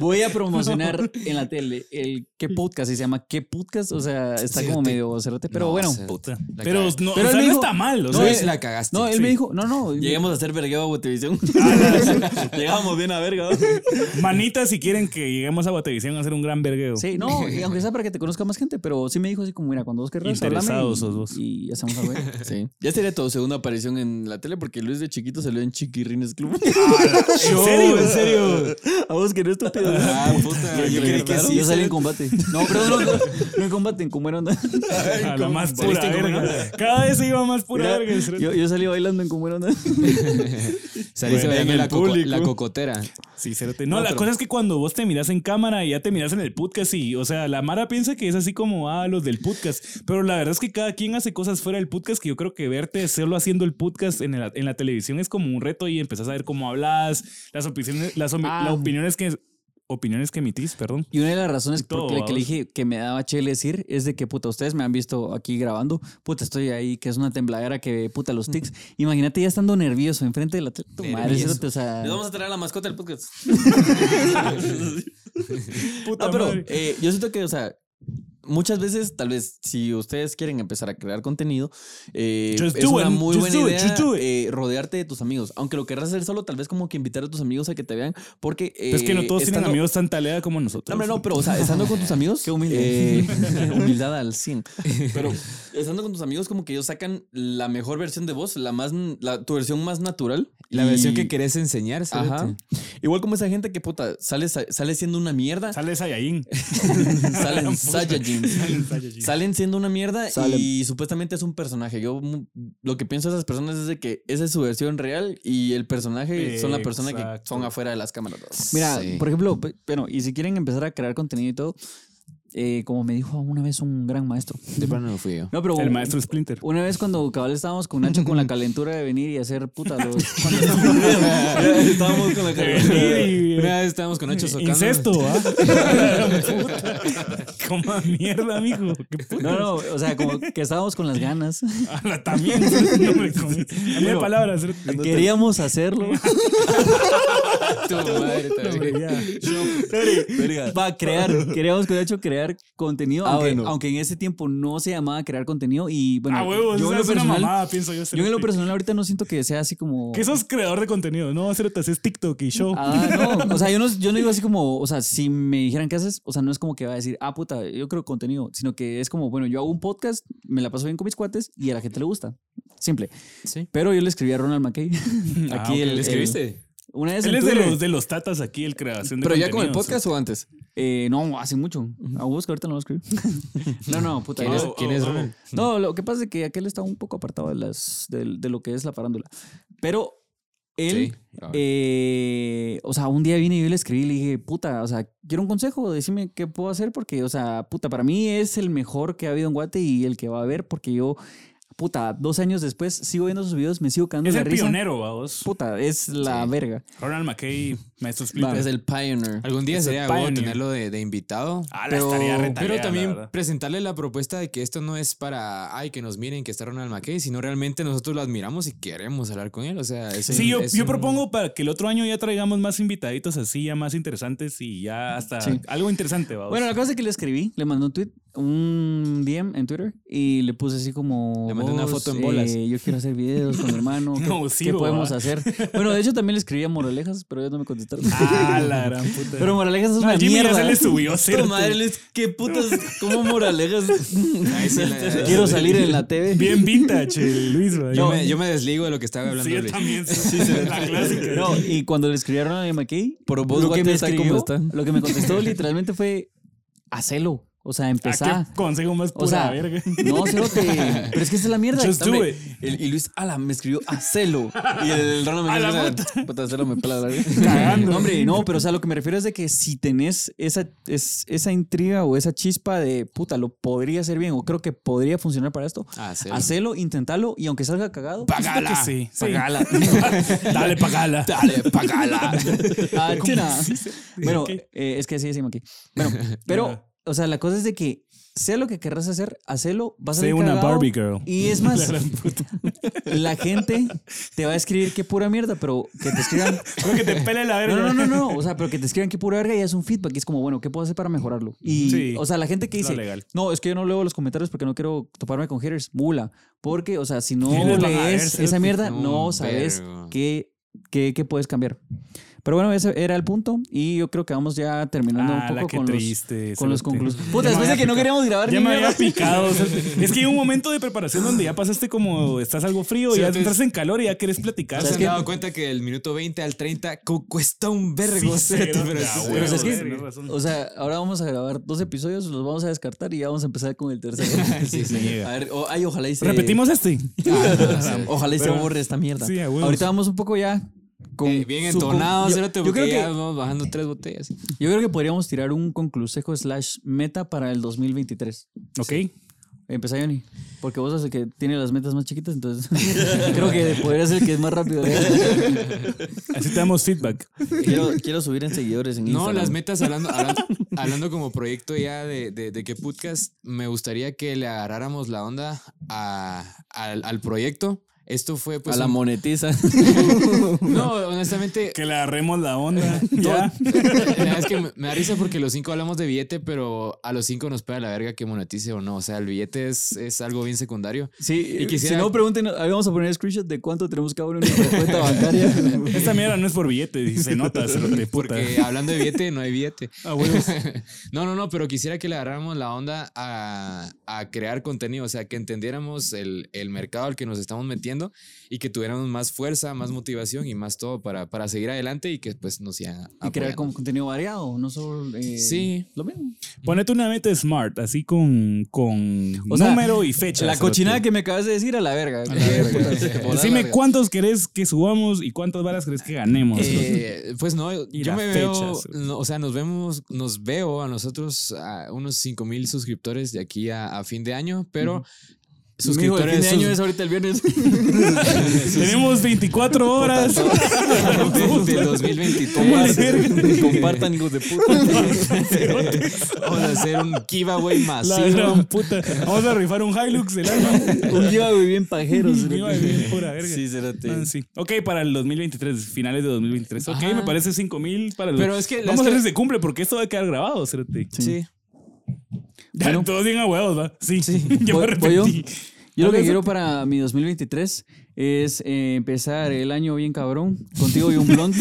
Speaker 1: voy a promocionar en la tele el qué podcast y se llama qué podcast, o sea, está
Speaker 2: Sí,
Speaker 1: como
Speaker 2: te-
Speaker 1: medio cerote, pero
Speaker 2: No,
Speaker 1: bueno.
Speaker 2: cerote.
Speaker 3: Puta.
Speaker 2: La
Speaker 3: Pero,
Speaker 2: cagaste.
Speaker 3: no,
Speaker 1: Pero
Speaker 3: o sea,
Speaker 1: él
Speaker 3: no
Speaker 1: dijo-
Speaker 3: está mal. O
Speaker 2: No,
Speaker 3: sea,
Speaker 2: es- la cagaste.
Speaker 1: No, él
Speaker 3: sí.
Speaker 1: me dijo, Ah, no, no,
Speaker 4: Llegamos a hacer vergueo a televisión. Llegamos bien a verga.
Speaker 3: Manita, si quieren que lleguemos a Guatevisión a hacer un gran vergueo.
Speaker 1: Sí, no, y aunque sea para que te conozca más gente, pero sí me dijo así como, mira, cuando vos querrás,
Speaker 3: Interesados
Speaker 1: háblame y,
Speaker 3: sos vos.
Speaker 1: y hacemos algo. ahí".
Speaker 4: Sí. Ya sería tu segunda aparición en la tele porque Luis de chiquito salió en Chiquirrines Club.
Speaker 3: ¿En serio? ¿En serio?
Speaker 1: a vos que no estúpido.
Speaker 2: Ah, puta.
Speaker 4: Yo creí que sí,
Speaker 1: Yo salí en combate. No, pero no, no, no en combate, en como era onda.
Speaker 3: A la más pura
Speaker 2: Saliste como
Speaker 3: verga. Cada vez se iba más pura
Speaker 1: Mira,
Speaker 3: verga. el cerote.
Speaker 1: yo, yo salí bailando en como era onda.
Speaker 2: Saliste
Speaker 3: Bueno, en
Speaker 2: bailando
Speaker 3: el
Speaker 2: la, coco-
Speaker 3: público.
Speaker 2: la cocotera.
Speaker 3: Sí, cerote. No, la cosa es que cuando vos te miras en cámara y ya te miras en el podcast y, o sea, la Mara piensa que es así como, ah, los del podcast. Pero la verdad es que cada quien hace cosas fuera del podcast que yo creo que verte solo haciendo el podcast en la, en la televisión es como un reto y empezás a ver cómo hablas, las opiniones, las omi-
Speaker 1: Ah.
Speaker 3: las opiniones que... Opiniones que emitís, perdón.
Speaker 1: Y una de las razones
Speaker 3: Todo,
Speaker 1: por la que le
Speaker 3: vamos.
Speaker 1: dije que me daba chile decir es de que, puta, ustedes me han visto aquí grabando. Puta, estoy ahí, que es una tembladera que, puta, los tics. Imagínate ya estando nervioso enfrente de la tele. Tu madre,
Speaker 2: Nervioso.
Speaker 1: cerote, o
Speaker 3: Ah.
Speaker 1: sea,
Speaker 4: Les vamos a traer a la mascota del podcast.
Speaker 3: Puta
Speaker 4: No, pero
Speaker 3: madre.
Speaker 4: eh, yo siento que, o sea, muchas veces, tal vez, si ustedes quieren empezar a crear contenido, eh,
Speaker 3: Just
Speaker 4: es
Speaker 3: do
Speaker 4: una
Speaker 3: it,
Speaker 4: muy
Speaker 3: just
Speaker 4: buena
Speaker 3: do it,
Speaker 4: idea
Speaker 3: just do it.
Speaker 4: eh, rodearte de tus amigos. Aunque lo querrás hacer solo, tal vez como que invitar a tus amigos a que te vean, porque...
Speaker 3: Pues es que no
Speaker 4: eh,
Speaker 3: todos tienen
Speaker 4: estando-
Speaker 3: amigos tan talea como nosotros.
Speaker 4: No, hombre, no, pero, o sea, estando con tus amigos...
Speaker 1: Qué humilde.
Speaker 4: eh, humildad al 100. Pero estando con tus amigos, como que ellos sacan la mejor versión de vos, la más, la- tu versión más natural.
Speaker 2: La versión que
Speaker 4: querés.
Speaker 2: querés enseñar,
Speaker 4: Ajá.
Speaker 2: cerote.
Speaker 4: Igual como esa gente que, puta, sale, sale siendo una mierda.
Speaker 3: Sale Sayayin.
Speaker 4: salen Saiyajins.
Speaker 3: Salen Saiyajin.
Speaker 4: Salen siendo una mierda
Speaker 1: Salen.
Speaker 4: y supuestamente es un personaje. Yo mu- lo que pienso de esas personas es de que esa es su versión real y el personaje son la persona que
Speaker 3: Exacto.
Speaker 4: son afuera de las cámaras.
Speaker 1: Mira,
Speaker 2: Sí.
Speaker 1: por ejemplo, pe- bueno, y si quieren empezar a crear contenido y todo, eh, como me dijo una vez un gran maestro.
Speaker 2: De plano no fui yo.
Speaker 1: No, pero
Speaker 3: El maestro Splinter.
Speaker 1: una vez cuando cabal estábamos con Nacho con la calentura de venir y hacer puta los...
Speaker 4: Estábamos con la cara.
Speaker 3: Y-
Speaker 2: Una vez estábamos con Nacho Socano.
Speaker 3: Incesto, ¿ah? Como mierda, mijo. Qué puta.
Speaker 1: No, no, o sea, como que estábamos con las ganas.
Speaker 3: A la también. No me comí. A mí de palabras. ¿eh?
Speaker 1: Queríamos hacerlo.
Speaker 2: Tu madre, también.
Speaker 3: Ya.
Speaker 1: Va a crear. Queríamos con Nacho crear contenido.
Speaker 4: Ah,
Speaker 1: aunque,
Speaker 4: bueno.
Speaker 1: aunque en ese tiempo no se llamaba crear contenido. Y bueno,
Speaker 3: A huevos,
Speaker 1: yo, en lo
Speaker 3: esa "Ah, es una
Speaker 1: personal,
Speaker 3: mamada, pienso yo.
Speaker 1: yo en lo
Speaker 3: Cerote.
Speaker 1: personal ahorita no siento que sea así como.
Speaker 3: Que sos creador de contenido, no, Cerote, haces TikTok y show.
Speaker 1: Ah, no. O sea, yo no, yo no digo así como, o sea, si me dijeran qué haces, o sea, no es como que va a decir, ah, puta, yo creo contenido, sino que es como, bueno, yo hago un podcast, me la paso bien con mis cuates y a la gente le gusta. Simple.
Speaker 2: Sí.
Speaker 1: Pero yo le escribí a Ronald McKay. Aquí
Speaker 3: Ah, ok,
Speaker 1: el,
Speaker 2: ¿Le
Speaker 1: el-
Speaker 2: escribiste?
Speaker 1: una vez
Speaker 3: Él
Speaker 1: en
Speaker 3: es de
Speaker 1: Twitter,
Speaker 3: los, de los tatas aquí, el creación de
Speaker 4: Pero ya con el
Speaker 3: contenido,
Speaker 4: podcast o antes.
Speaker 1: eh, no, hace mucho. A vos que ahorita no lo escribí. no, no, puta.
Speaker 2: ¿Quién
Speaker 1: no.
Speaker 2: es,
Speaker 3: Oh,
Speaker 2: quién
Speaker 3: oh,
Speaker 2: es
Speaker 3: oh.
Speaker 2: Ronald?
Speaker 1: No, lo que pasa es que aquel está un poco apartado de, las, de, de lo que es la farándula. Pero él,
Speaker 2: Sí, cabrón.
Speaker 1: eh, o sea, un día vine y yo le escribí y le dije, puta, o sea, quiero un consejo, decime qué puedo hacer porque, o sea, puta, para mí es el mejor que ha habido en Guate y el que va a haber porque yo, puta, dos años después sigo viendo sus videos, me sigo cagando
Speaker 3: Es
Speaker 1: la
Speaker 3: el
Speaker 1: risa.
Speaker 3: pionero, vamos.
Speaker 1: Puta, es la
Speaker 2: Sí.
Speaker 1: verga.
Speaker 3: Ronald McKay, maestro
Speaker 4: Es
Speaker 3: Splinter.
Speaker 4: el pioneer.
Speaker 2: Algún día
Speaker 3: Es el
Speaker 2: sería bueno
Speaker 3: pioneer.
Speaker 2: tenerlo de, de invitado.
Speaker 3: Ah, la
Speaker 2: pero,
Speaker 3: estaría re
Speaker 2: pero
Speaker 3: tarea, la
Speaker 2: también
Speaker 3: verdad.
Speaker 2: presentarle la propuesta de que esto no es para, ay, que nos miren, que está Ronald McKay, sino realmente nosotros lo admiramos y queremos hablar con él. O sea, es
Speaker 3: Sí, yo,
Speaker 2: un- es
Speaker 3: yo
Speaker 2: un-
Speaker 3: propongo para que el otro año ya traigamos más invitaditos así, ya más interesantes y ya hasta
Speaker 1: Sí.
Speaker 3: algo interesante, vamos.
Speaker 1: Bueno, la cosa es que le escribí, le mandé un tweet, un DM en Twitter y le puse así como.
Speaker 2: Le mandé una
Speaker 1: "Vos,
Speaker 2: foto en bolas".
Speaker 1: eh, yo quiero hacer videos con mi hermano. ¿Qué, qué
Speaker 3: Nocivo,
Speaker 1: podemos
Speaker 3: ¿ah?
Speaker 1: hacer? Bueno, de hecho también le escribí a Moralejas, pero ellos no me contestaron.
Speaker 3: Ah, la gran puta.
Speaker 1: pero Moralejas es
Speaker 3: No,
Speaker 1: una
Speaker 3: Jimmy ya
Speaker 1: mierda. ¿eh?
Speaker 3: se le subió,
Speaker 4: Tu
Speaker 3: ¿cierto?
Speaker 4: madre, Luis, qué putas, cómo moralejas.
Speaker 2: Ay, sí, la-
Speaker 1: Quiero salir en la TV.
Speaker 3: Bien vintage, el Luis, güey.
Speaker 2: Yo, me, yo me desligo de lo que estaba hablando.
Speaker 3: Sí, yo
Speaker 2: Luis.
Speaker 3: también. Sí, la clásica.
Speaker 1: No, y cuando le escribieron a McKay,
Speaker 4: Por vos,
Speaker 1: lo que
Speaker 4: Guate,
Speaker 1: me
Speaker 4: está como
Speaker 1: escribió,
Speaker 4: está.
Speaker 1: lo que me contestó literalmente fue, hacelo. O sea,
Speaker 3: Ah,
Speaker 1: empezá.
Speaker 3: qué consejo más pura
Speaker 1: O sea,
Speaker 3: verga.
Speaker 1: no, cerote. Pero es que esa es la mierda.
Speaker 3: Just do
Speaker 4: Hombre,
Speaker 3: it.
Speaker 4: el- y Luis, ala, me escribió a celo. Y el, el Ronald me
Speaker 3: A la
Speaker 4: puta. puta, celo me pela. la verga".
Speaker 1: No, hombre, no, pero o sea, lo que me refiero es de que si tenés esa, es, esa intriga o esa chispa de puta, lo podría hacer bien o creo que podría funcionar para esto,
Speaker 2: Hacelo.
Speaker 1: hacelo, intentalo y aunque salga cagado,
Speaker 3: Pagala.
Speaker 2: Pagala.
Speaker 3: sí, sí.
Speaker 2: Pagala.
Speaker 3: Dale, pagala.
Speaker 2: Dale, pagala.
Speaker 1: Ah, china. Bueno,
Speaker 3: Ok.
Speaker 1: eh, es que así decimos aquí. Bueno, pero,
Speaker 3: Ajá.
Speaker 1: o sea, la cosa es de que sea lo que querrás hacer, hacelo, vas a
Speaker 3: Sé
Speaker 1: salir
Speaker 3: una
Speaker 1: cagado,
Speaker 3: Barbie girl.
Speaker 1: Y es
Speaker 3: La
Speaker 1: más,
Speaker 3: gran puta.
Speaker 1: la gente te va a escribir qué pura mierda, pero que te escriban.
Speaker 3: Creo que te pele la verga.
Speaker 1: No, no, no, no, no. O sea, pero que te escriban qué pura verga y es un feedback. Y es como, bueno, ¿qué puedo hacer para mejorarlo? Y,
Speaker 3: Sí.
Speaker 1: o sea, la gente que
Speaker 3: Lo
Speaker 1: dice,
Speaker 3: legal.
Speaker 1: no, es que yo no leo los comentarios porque no quiero toparme con haters. Mula. Porque, o sea, si no
Speaker 3: ¿Quiénes van a
Speaker 1: lees
Speaker 3: ver,
Speaker 1: esa
Speaker 3: cerote?
Speaker 1: mierda,
Speaker 2: No,
Speaker 1: no sabes
Speaker 2: vergo.
Speaker 1: qué, qué, qué puedes cambiar. Pero bueno, ese era el punto. Y yo creo que vamos ya terminando
Speaker 3: Ah,
Speaker 1: un
Speaker 3: la
Speaker 1: poco
Speaker 3: que
Speaker 1: con
Speaker 3: triste.
Speaker 1: los, con los
Speaker 3: cerote.
Speaker 1: conclusiones.
Speaker 3: Ya
Speaker 1: Puta,
Speaker 3: me
Speaker 1: después de
Speaker 3: había
Speaker 1: que no
Speaker 3: picado.
Speaker 1: queríamos grabar
Speaker 3: Ya
Speaker 1: ni
Speaker 3: me había
Speaker 1: mierda.
Speaker 3: picado. o sea, es que hay un momento de preparación donde ya pasaste como estás algo frío,
Speaker 2: Sí,
Speaker 3: ya
Speaker 2: entonces-
Speaker 3: entras en calor y ya quieres platicar.
Speaker 2: ¿Se
Speaker 1: ¿Sabes
Speaker 2: han
Speaker 1: qué?
Speaker 2: dado cuenta que del minuto 20 al 30 cu- cuesta un vergo?
Speaker 3: Sí,
Speaker 2: cerote,
Speaker 3: cerote,
Speaker 2: pero
Speaker 3: a
Speaker 2: sí,
Speaker 3: huevo,
Speaker 1: Pero
Speaker 2: pero
Speaker 1: es que-
Speaker 3: tenés razón.
Speaker 1: O sea, ahora vamos a grabar dos episodios, los vamos a descartar y ya vamos a empezar con el tercero.
Speaker 3: Sí, se niega.
Speaker 1: A ver, o- ay, ojalá y se...
Speaker 3: Repetimos este.
Speaker 1: Ah, Ojalá y se
Speaker 3: Pero-
Speaker 1: borre esta mierda.
Speaker 3: Sí, a huevos.
Speaker 1: Ahorita vamos un poco ya con
Speaker 2: Eh, bien
Speaker 1: su-
Speaker 2: entonado,
Speaker 1: yo-
Speaker 2: cerote,
Speaker 1: yo,
Speaker 2: porque
Speaker 1: creo
Speaker 2: ya
Speaker 1: que,
Speaker 2: vamos bajando tres botellas.
Speaker 1: yo creo que podríamos tirar un conclusejo slash meta para el 2023.
Speaker 3: Ok.
Speaker 1: Empezá, Johnny. Porque vos sos el que tiene las metas más chiquitas, entonces creo que podría ser el que es más rápido.
Speaker 3: Así te damos feedback.
Speaker 4: Quiero, quiero subir en seguidores en
Speaker 2: No,
Speaker 4: Instagram.
Speaker 2: las metas, hablando, hablando, hablando como proyecto ya de, de, de qué podcast, me gustaría que le agarráramos la onda a- al, al proyecto. Esto fue pues...
Speaker 4: a la
Speaker 2: un-
Speaker 4: monetiza.
Speaker 2: no, honestamente,
Speaker 3: Que le agarremos la onda. ya.
Speaker 2: La verdad es que me me da risa porque los cinco hablamos de billete, pero a los cinco nos pega la verga que monetice o no. O sea, el billete es, es algo bien secundario.
Speaker 1: Sí, eh,
Speaker 2: Y quisiera-
Speaker 1: si no, pregunten, ahí vamos a poner screenshot de cuánto tenemos cada uno en nuestra cuenta bancaria.
Speaker 3: Esta mierda no es por billete, y se nota, se lo te puta.
Speaker 2: Porque hablando de billete, no hay billete.
Speaker 3: Ah, huevos.
Speaker 2: No, no, no, pero quisiera que le agarráramos la onda a, a crear contenido. O sea, que entendiéramos el, el mercado al que nos estamos metiendo y que tuviéramos más fuerza, más motivación y más todo para, para seguir adelante y que pues nos sigan
Speaker 1: Y crear
Speaker 2: apoyando.
Speaker 1: como contenido variado, no solo... eh,
Speaker 2: Sí.
Speaker 1: Lo mismo.
Speaker 3: Ponete una meta smart, así con, con
Speaker 1: O sea,
Speaker 3: número y fecha.
Speaker 1: La
Speaker 3: cerote.
Speaker 1: cochinada que me acabas de decir a la verga.
Speaker 3: Decime cuántos querés que subamos y cuántas balas querés que ganemos. cerote.
Speaker 2: Eh, pues no, yo
Speaker 3: las
Speaker 2: me veo,
Speaker 3: fechas.
Speaker 2: no, o sea, nos vemos, nos veo a nosotros a unos 5 mil suscriptores de aquí a, a fin de año, pero
Speaker 1: Suscriptores.
Speaker 2: suscriptores,
Speaker 1: fin de año
Speaker 2: sus-
Speaker 1: es ahorita el viernes.
Speaker 3: Tenemos 24 horas.
Speaker 2: de- del 2023
Speaker 4: Compartan, compartan, hijos de puta.
Speaker 2: vamos a hacer un giveaway
Speaker 3: La
Speaker 2: masivo.
Speaker 3: gran puta. Vamos a rifar un Hilux del año.
Speaker 1: Un día güey, bien pajeros.
Speaker 3: Iba bien pura verga.
Speaker 4: Sí, cerote.
Speaker 3: Ah, sí. Ok, para el 2023, finales de 2023. Ok,
Speaker 2: Ajá.
Speaker 3: me parece 5 mil para el.
Speaker 2: Pero es que las
Speaker 3: Vamos a ver
Speaker 2: que-
Speaker 3: si se cumple, porque esto va a quedar grabado, Cerote.
Speaker 2: Sí.
Speaker 3: Ya,
Speaker 1: Bueno.
Speaker 3: todos bien a huevos, ¿va? Sí. yo me
Speaker 1: Voy- voy yo.
Speaker 3: arrepentí.
Speaker 1: Yo lo
Speaker 3: Ok,
Speaker 1: que
Speaker 3: eso-
Speaker 1: quiero para mi 2023 es eh, empezar el año bien cabrón. Contigo y un blond.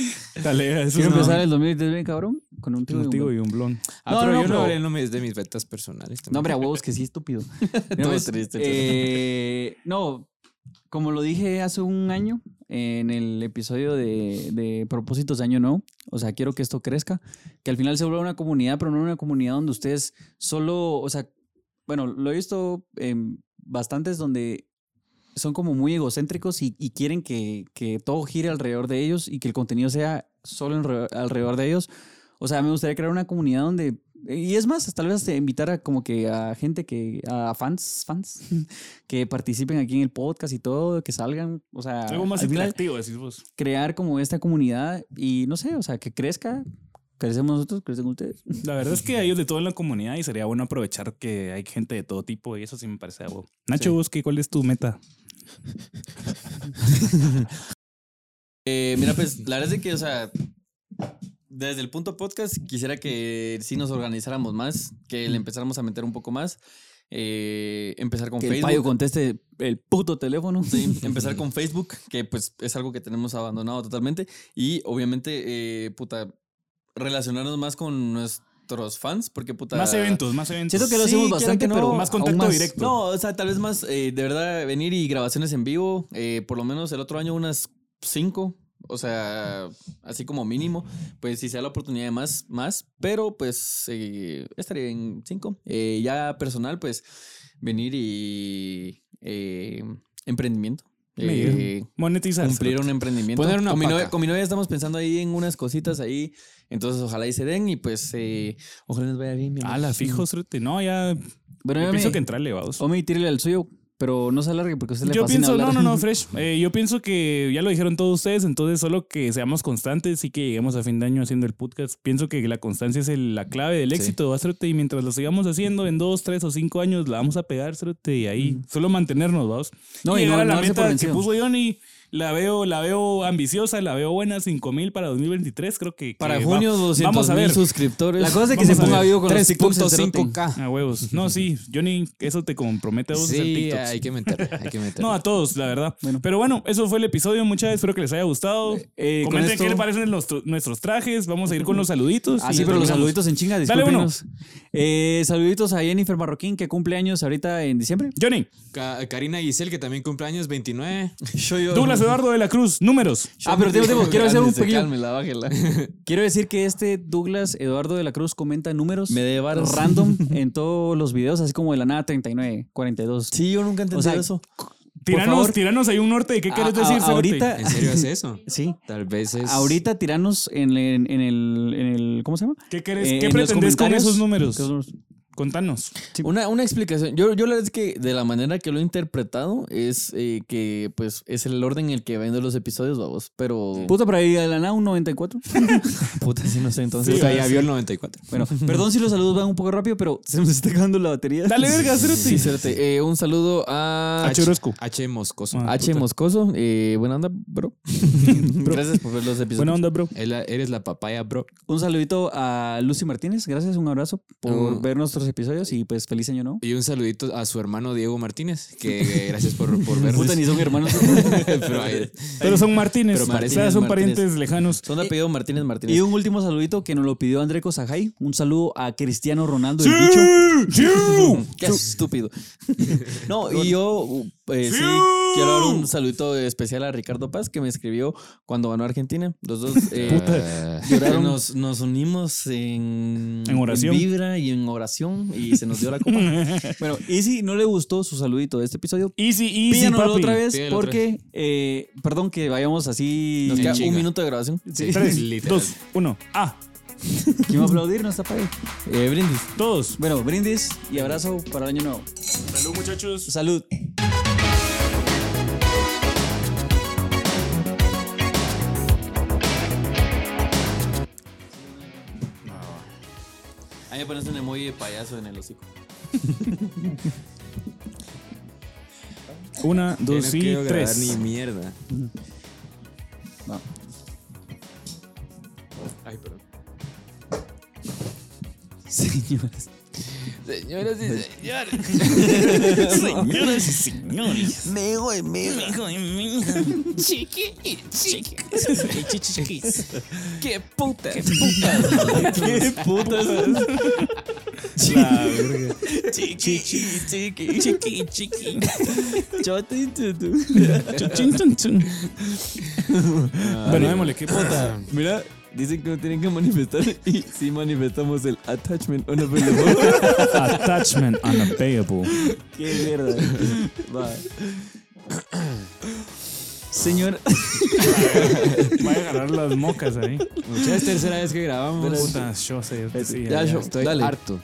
Speaker 3: Dale, eso
Speaker 1: quiero
Speaker 3: no.
Speaker 1: empezar el 2023 bien cabrón. Con un tío y un
Speaker 3: Contigo
Speaker 1: blond.
Speaker 3: y un blon.
Speaker 2: Ah,
Speaker 1: No, no, no,
Speaker 2: pero yo no
Speaker 1: pero-
Speaker 2: hablé en mis- de mis ventas personales.
Speaker 1: No,
Speaker 2: también.
Speaker 1: hombre, a huevos que sí, estúpido. Mira,
Speaker 4: Todo
Speaker 1: pues,
Speaker 4: triste,
Speaker 1: eh, no, como lo dije hace un año en el episodio de, de propósitos de año no, o sea, quiero que esto crezca, que al final se vuelva una comunidad, pero no una comunidad donde ustedes solo, o sea, bueno, lo he visto en bastantes donde son como muy egocéntricos y, y quieren que, que todo gire alrededor de ellos y que el contenido sea solo enre- alrededor de ellos. O sea, me gustaría crear una comunidad donde... Y es más, tal vez hasta invitar a como que a gente que... A fans, fans, que participen aquí en el podcast y todo, que salgan. O
Speaker 4: Ah,
Speaker 1: sea,
Speaker 3: Algo más
Speaker 1: al final,
Speaker 3: interactivo, decís vos.
Speaker 1: crear como esta comunidad y no sé, o sea, que crezca. Crecemos nosotros, crecen ustedes.
Speaker 3: La verdad es que hay de todo en la comunidad y sería bueno aprovechar que hay gente de todo tipo y eso sí me parece a huevo. Nacho, vos, qué- ¿cuál es tu meta?
Speaker 4: Eh, mira, pues la verdad es que, o sea, desde el punto podcast quisiera que sí nos organizáramos más, que le empezáramos a meter un poco más, eh, empezar con
Speaker 1: Que el
Speaker 4: Facebook.
Speaker 1: payo conteste el puto teléfono.
Speaker 4: Sí, empezar con Facebook, que pues es algo que tenemos abandonado totalmente. Y obviamente, eh, puta, relacionarnos más con nuestros fans, porque puta...
Speaker 3: Más eventos, más eventos.
Speaker 1: Siento que lo
Speaker 4: Sí,
Speaker 1: hacemos
Speaker 4: quiera
Speaker 1: bastante,
Speaker 4: que no,
Speaker 1: pero
Speaker 3: más
Speaker 1: aún
Speaker 3: contacto directo.
Speaker 4: No, o sea, tal vez más eh, de verdad venir y grabaciones en vivo, eh, por lo menos el otro año unas cinco, O sea, así como mínimo, pues si sea la oportunidad de más, más, pero pues eh, estaría en cinco. Eh, ya personal, pues venir y eh, emprendimiento. Eh,
Speaker 3: Monetizar.
Speaker 4: cumplir un emprendimiento.
Speaker 2: Poner una
Speaker 4: con, mi
Speaker 2: paca.
Speaker 4: novia, con mi novia estamos pensando ahí en unas cositas ahí, entonces ojalá y se den y pues eh, ojalá les vaya bien. mi amor.
Speaker 3: Ala, fijo, cerote. No, ya.
Speaker 1: Bueno,
Speaker 3: yo
Speaker 1: ya
Speaker 3: pienso
Speaker 1: me-
Speaker 3: que entrarle, vamos.
Speaker 1: Omi, tírele al suyo, pero no se alargue porque a usted le
Speaker 3: Yo
Speaker 1: fascina
Speaker 3: pienso, no,
Speaker 1: hablar.
Speaker 3: no, no, Fresh. Eh, yo pienso que ya lo dijeron todos ustedes, entonces solo que seamos constantes y que lleguemos a fin de año haciendo el podcast. Pienso que la constancia es el- la clave del éxito, va, cerote, y mientras lo sigamos haciendo en dos, tres o cinco años, la vamos a pegar, cerote, y ahí solo mantenernos, vamos.
Speaker 1: No, y no-
Speaker 3: llegar a
Speaker 1: no
Speaker 3: la
Speaker 1: darse por
Speaker 3: meta que
Speaker 1: vencido.
Speaker 3: puso Johnny. La veo, la veo ambiciosa, la veo buena, 5 mil para 2023, creo que... que
Speaker 4: Para
Speaker 3: va-
Speaker 4: junio,
Speaker 3: Vamos
Speaker 4: 200
Speaker 3: a ver.
Speaker 4: mil suscriptores.
Speaker 1: La cosa es que
Speaker 3: Vamos
Speaker 1: se
Speaker 3: a
Speaker 1: ponga
Speaker 3: ver.
Speaker 1: vivo con los TikToks, cerote.
Speaker 2: 3.5K.
Speaker 3: A huevos. No, sí, Johnny, eso te compromete a vos a hacer
Speaker 2: Sí,
Speaker 3: TikToks.
Speaker 2: hay que meterle, hay que meterle.
Speaker 3: No, a todos, la verdad. Pero bueno, eso fue el episodio. Muchas gracias. Espero que les haya gustado.
Speaker 1: Eh, con
Speaker 3: Comenten
Speaker 1: esto-
Speaker 3: qué les parecen los tr- nuestros trajes. Vamos a ir con los saluditos.
Speaker 1: Ah,
Speaker 3: y
Speaker 1: sí, pero los
Speaker 3: terminamos.
Speaker 1: saluditos en chinga,
Speaker 3: Dale uno.
Speaker 1: discúlpenos. Eh, saluditos a Jennifer Marroquín, que cumple años ahorita en diciembre.
Speaker 3: Johnny,
Speaker 2: Ca- Karina Giselle, que también cumpleaños 29.
Speaker 3: Douglas Eduardo de la Cruz, números.
Speaker 1: Ah, pero tiempo, tiempo, quiero hacer un
Speaker 4: Grande, se
Speaker 1: pequeño...
Speaker 4: cálmela, bájela.
Speaker 1: Quiero decir que este Douglas Eduardo de la Cruz comenta números
Speaker 4: Me dé varas.
Speaker 1: random en todos los videos, así como de la nada 39, 42.
Speaker 4: Sí, yo nunca entendí
Speaker 1: O sea,
Speaker 4: eso.
Speaker 1: favor.
Speaker 3: Tiranos, tiranos ahí un norte. ¿De qué
Speaker 1: A-
Speaker 3: quieres
Speaker 1: a-
Speaker 3: decir? cerote?
Speaker 1: ahorita,
Speaker 2: ¿En serio es eso?
Speaker 1: sí.
Speaker 2: Tal vez es.
Speaker 1: Ahorita tiranos en, en- en el, en el- ¿Cómo se llama?
Speaker 3: ¿Qué, querés-
Speaker 1: Eh,
Speaker 3: qué
Speaker 1: en los
Speaker 3: pretendes con
Speaker 1: comentarios.
Speaker 3: esos números?
Speaker 1: ¿Qué números?
Speaker 3: Contanos.
Speaker 4: Una, una explicación. Yo, yo la verdad es que de la manera que lo he interpretado es eh, que pues es el orden en el que vendo los episodios, vamos. Pero...
Speaker 1: Puta, por ahí de la nada un 94.
Speaker 4: puta, sí, no sé. Entonces...
Speaker 2: O sea,
Speaker 3: Sí,
Speaker 2: ya vio el 94.
Speaker 1: Bueno, perdón si los saludos van un poco rápido, pero se nos está acabando la batería.
Speaker 3: Dale, verga,
Speaker 4: Sí,
Speaker 3: cerote.
Speaker 4: espérate. Eh, un saludo a...
Speaker 3: A Churrosco.
Speaker 2: H. Moscoso.
Speaker 3: Ah.
Speaker 4: H.
Speaker 3: puta.
Speaker 4: Moscoso, eh, buena onda, bro. Gracias por ver los episodios.
Speaker 3: Buena onda, bro.
Speaker 2: Él- eres la papaya, bro.
Speaker 1: Un saludito a Lucy Martínez. Gracias, un abrazo por
Speaker 2: Mm.
Speaker 1: ver nuestros episodios y pues feliz año nuevo.
Speaker 2: Y un saludito a su hermano Diego Martínez, que eh, gracias por, por vernos.
Speaker 1: Puta, ni son hermanos.
Speaker 2: Pero ahí-
Speaker 3: Pero son Martínez.
Speaker 2: Pero
Speaker 3: o sea,
Speaker 4: Martínez,
Speaker 3: son
Speaker 4: Martínez.
Speaker 3: parientes lejanos.
Speaker 4: Son de apellido Martínez Martínez.
Speaker 1: y un último saludito que nos lo pidió André Cosajay. Un saludo a Cristiano Ronaldo, el bicho.
Speaker 3: Sí, sí.
Speaker 4: Qué estúpido. No, y yo eh, sí quiero dar un saludito especial a Ricardo Paz que me escribió cuando ganó Argentina. Los dos eh,
Speaker 2: Puta.
Speaker 4: lloraron. Nos, nos unimos en,
Speaker 3: En oración.
Speaker 4: vibra y en oración y se nos dio la copa.
Speaker 1: Bueno, y si no le gustó su saludito de este episodio,
Speaker 3: Easy, easy,
Speaker 1: pídanoslo
Speaker 3: papi.
Speaker 1: otra vez
Speaker 2: Pídelo otra
Speaker 1: porque, eh, perdón que vayamos así.
Speaker 4: Nos queda
Speaker 2: chinga.
Speaker 4: un minuto de grabación.
Speaker 2: Sí,
Speaker 3: Tres,
Speaker 2: literal.
Speaker 3: dos, uno. Ah,
Speaker 1: ¿Quién va a aplaudir? No está para ahí.
Speaker 4: Eh, brindis.
Speaker 3: todos.
Speaker 1: Bueno, brindis y abrazo para el año nuevo.
Speaker 3: Salud, muchachos.
Speaker 1: Salud.
Speaker 4: A mí me pones un emoji de payaso en el hocico.
Speaker 3: Una,
Speaker 2: Yo no
Speaker 3: dos y
Speaker 2: quiero grabar
Speaker 3: tres.
Speaker 2: Ni mierda.
Speaker 1: No.
Speaker 2: Ay, perdón.
Speaker 1: Señores.
Speaker 2: Señoras y señores.
Speaker 3: Señoras y señores.
Speaker 4: Me voy, me voy.
Speaker 5: Chiqui y chiquis. Y chiquis. Qué puta.
Speaker 4: Qué putas.
Speaker 5: Chiqui, chiqui. Chiqui, chiqui.
Speaker 4: Yo te intento.
Speaker 3: Chin, chin, chin. Bueno, démosle, qué puta.
Speaker 4: Mira, dicen que no tienen que manifestar y sí manifestamos el attachment unavailable.
Speaker 3: Attachment unavailable.
Speaker 1: Qué mierda. Va. Señor.
Speaker 3: Voy a agarrar las mocas ahí.
Speaker 2: Muchas tercera vez que grabamos.
Speaker 3: Puta, yo sé. sí,
Speaker 4: Ya, yo-
Speaker 2: Estoy
Speaker 4: dale.
Speaker 2: harto.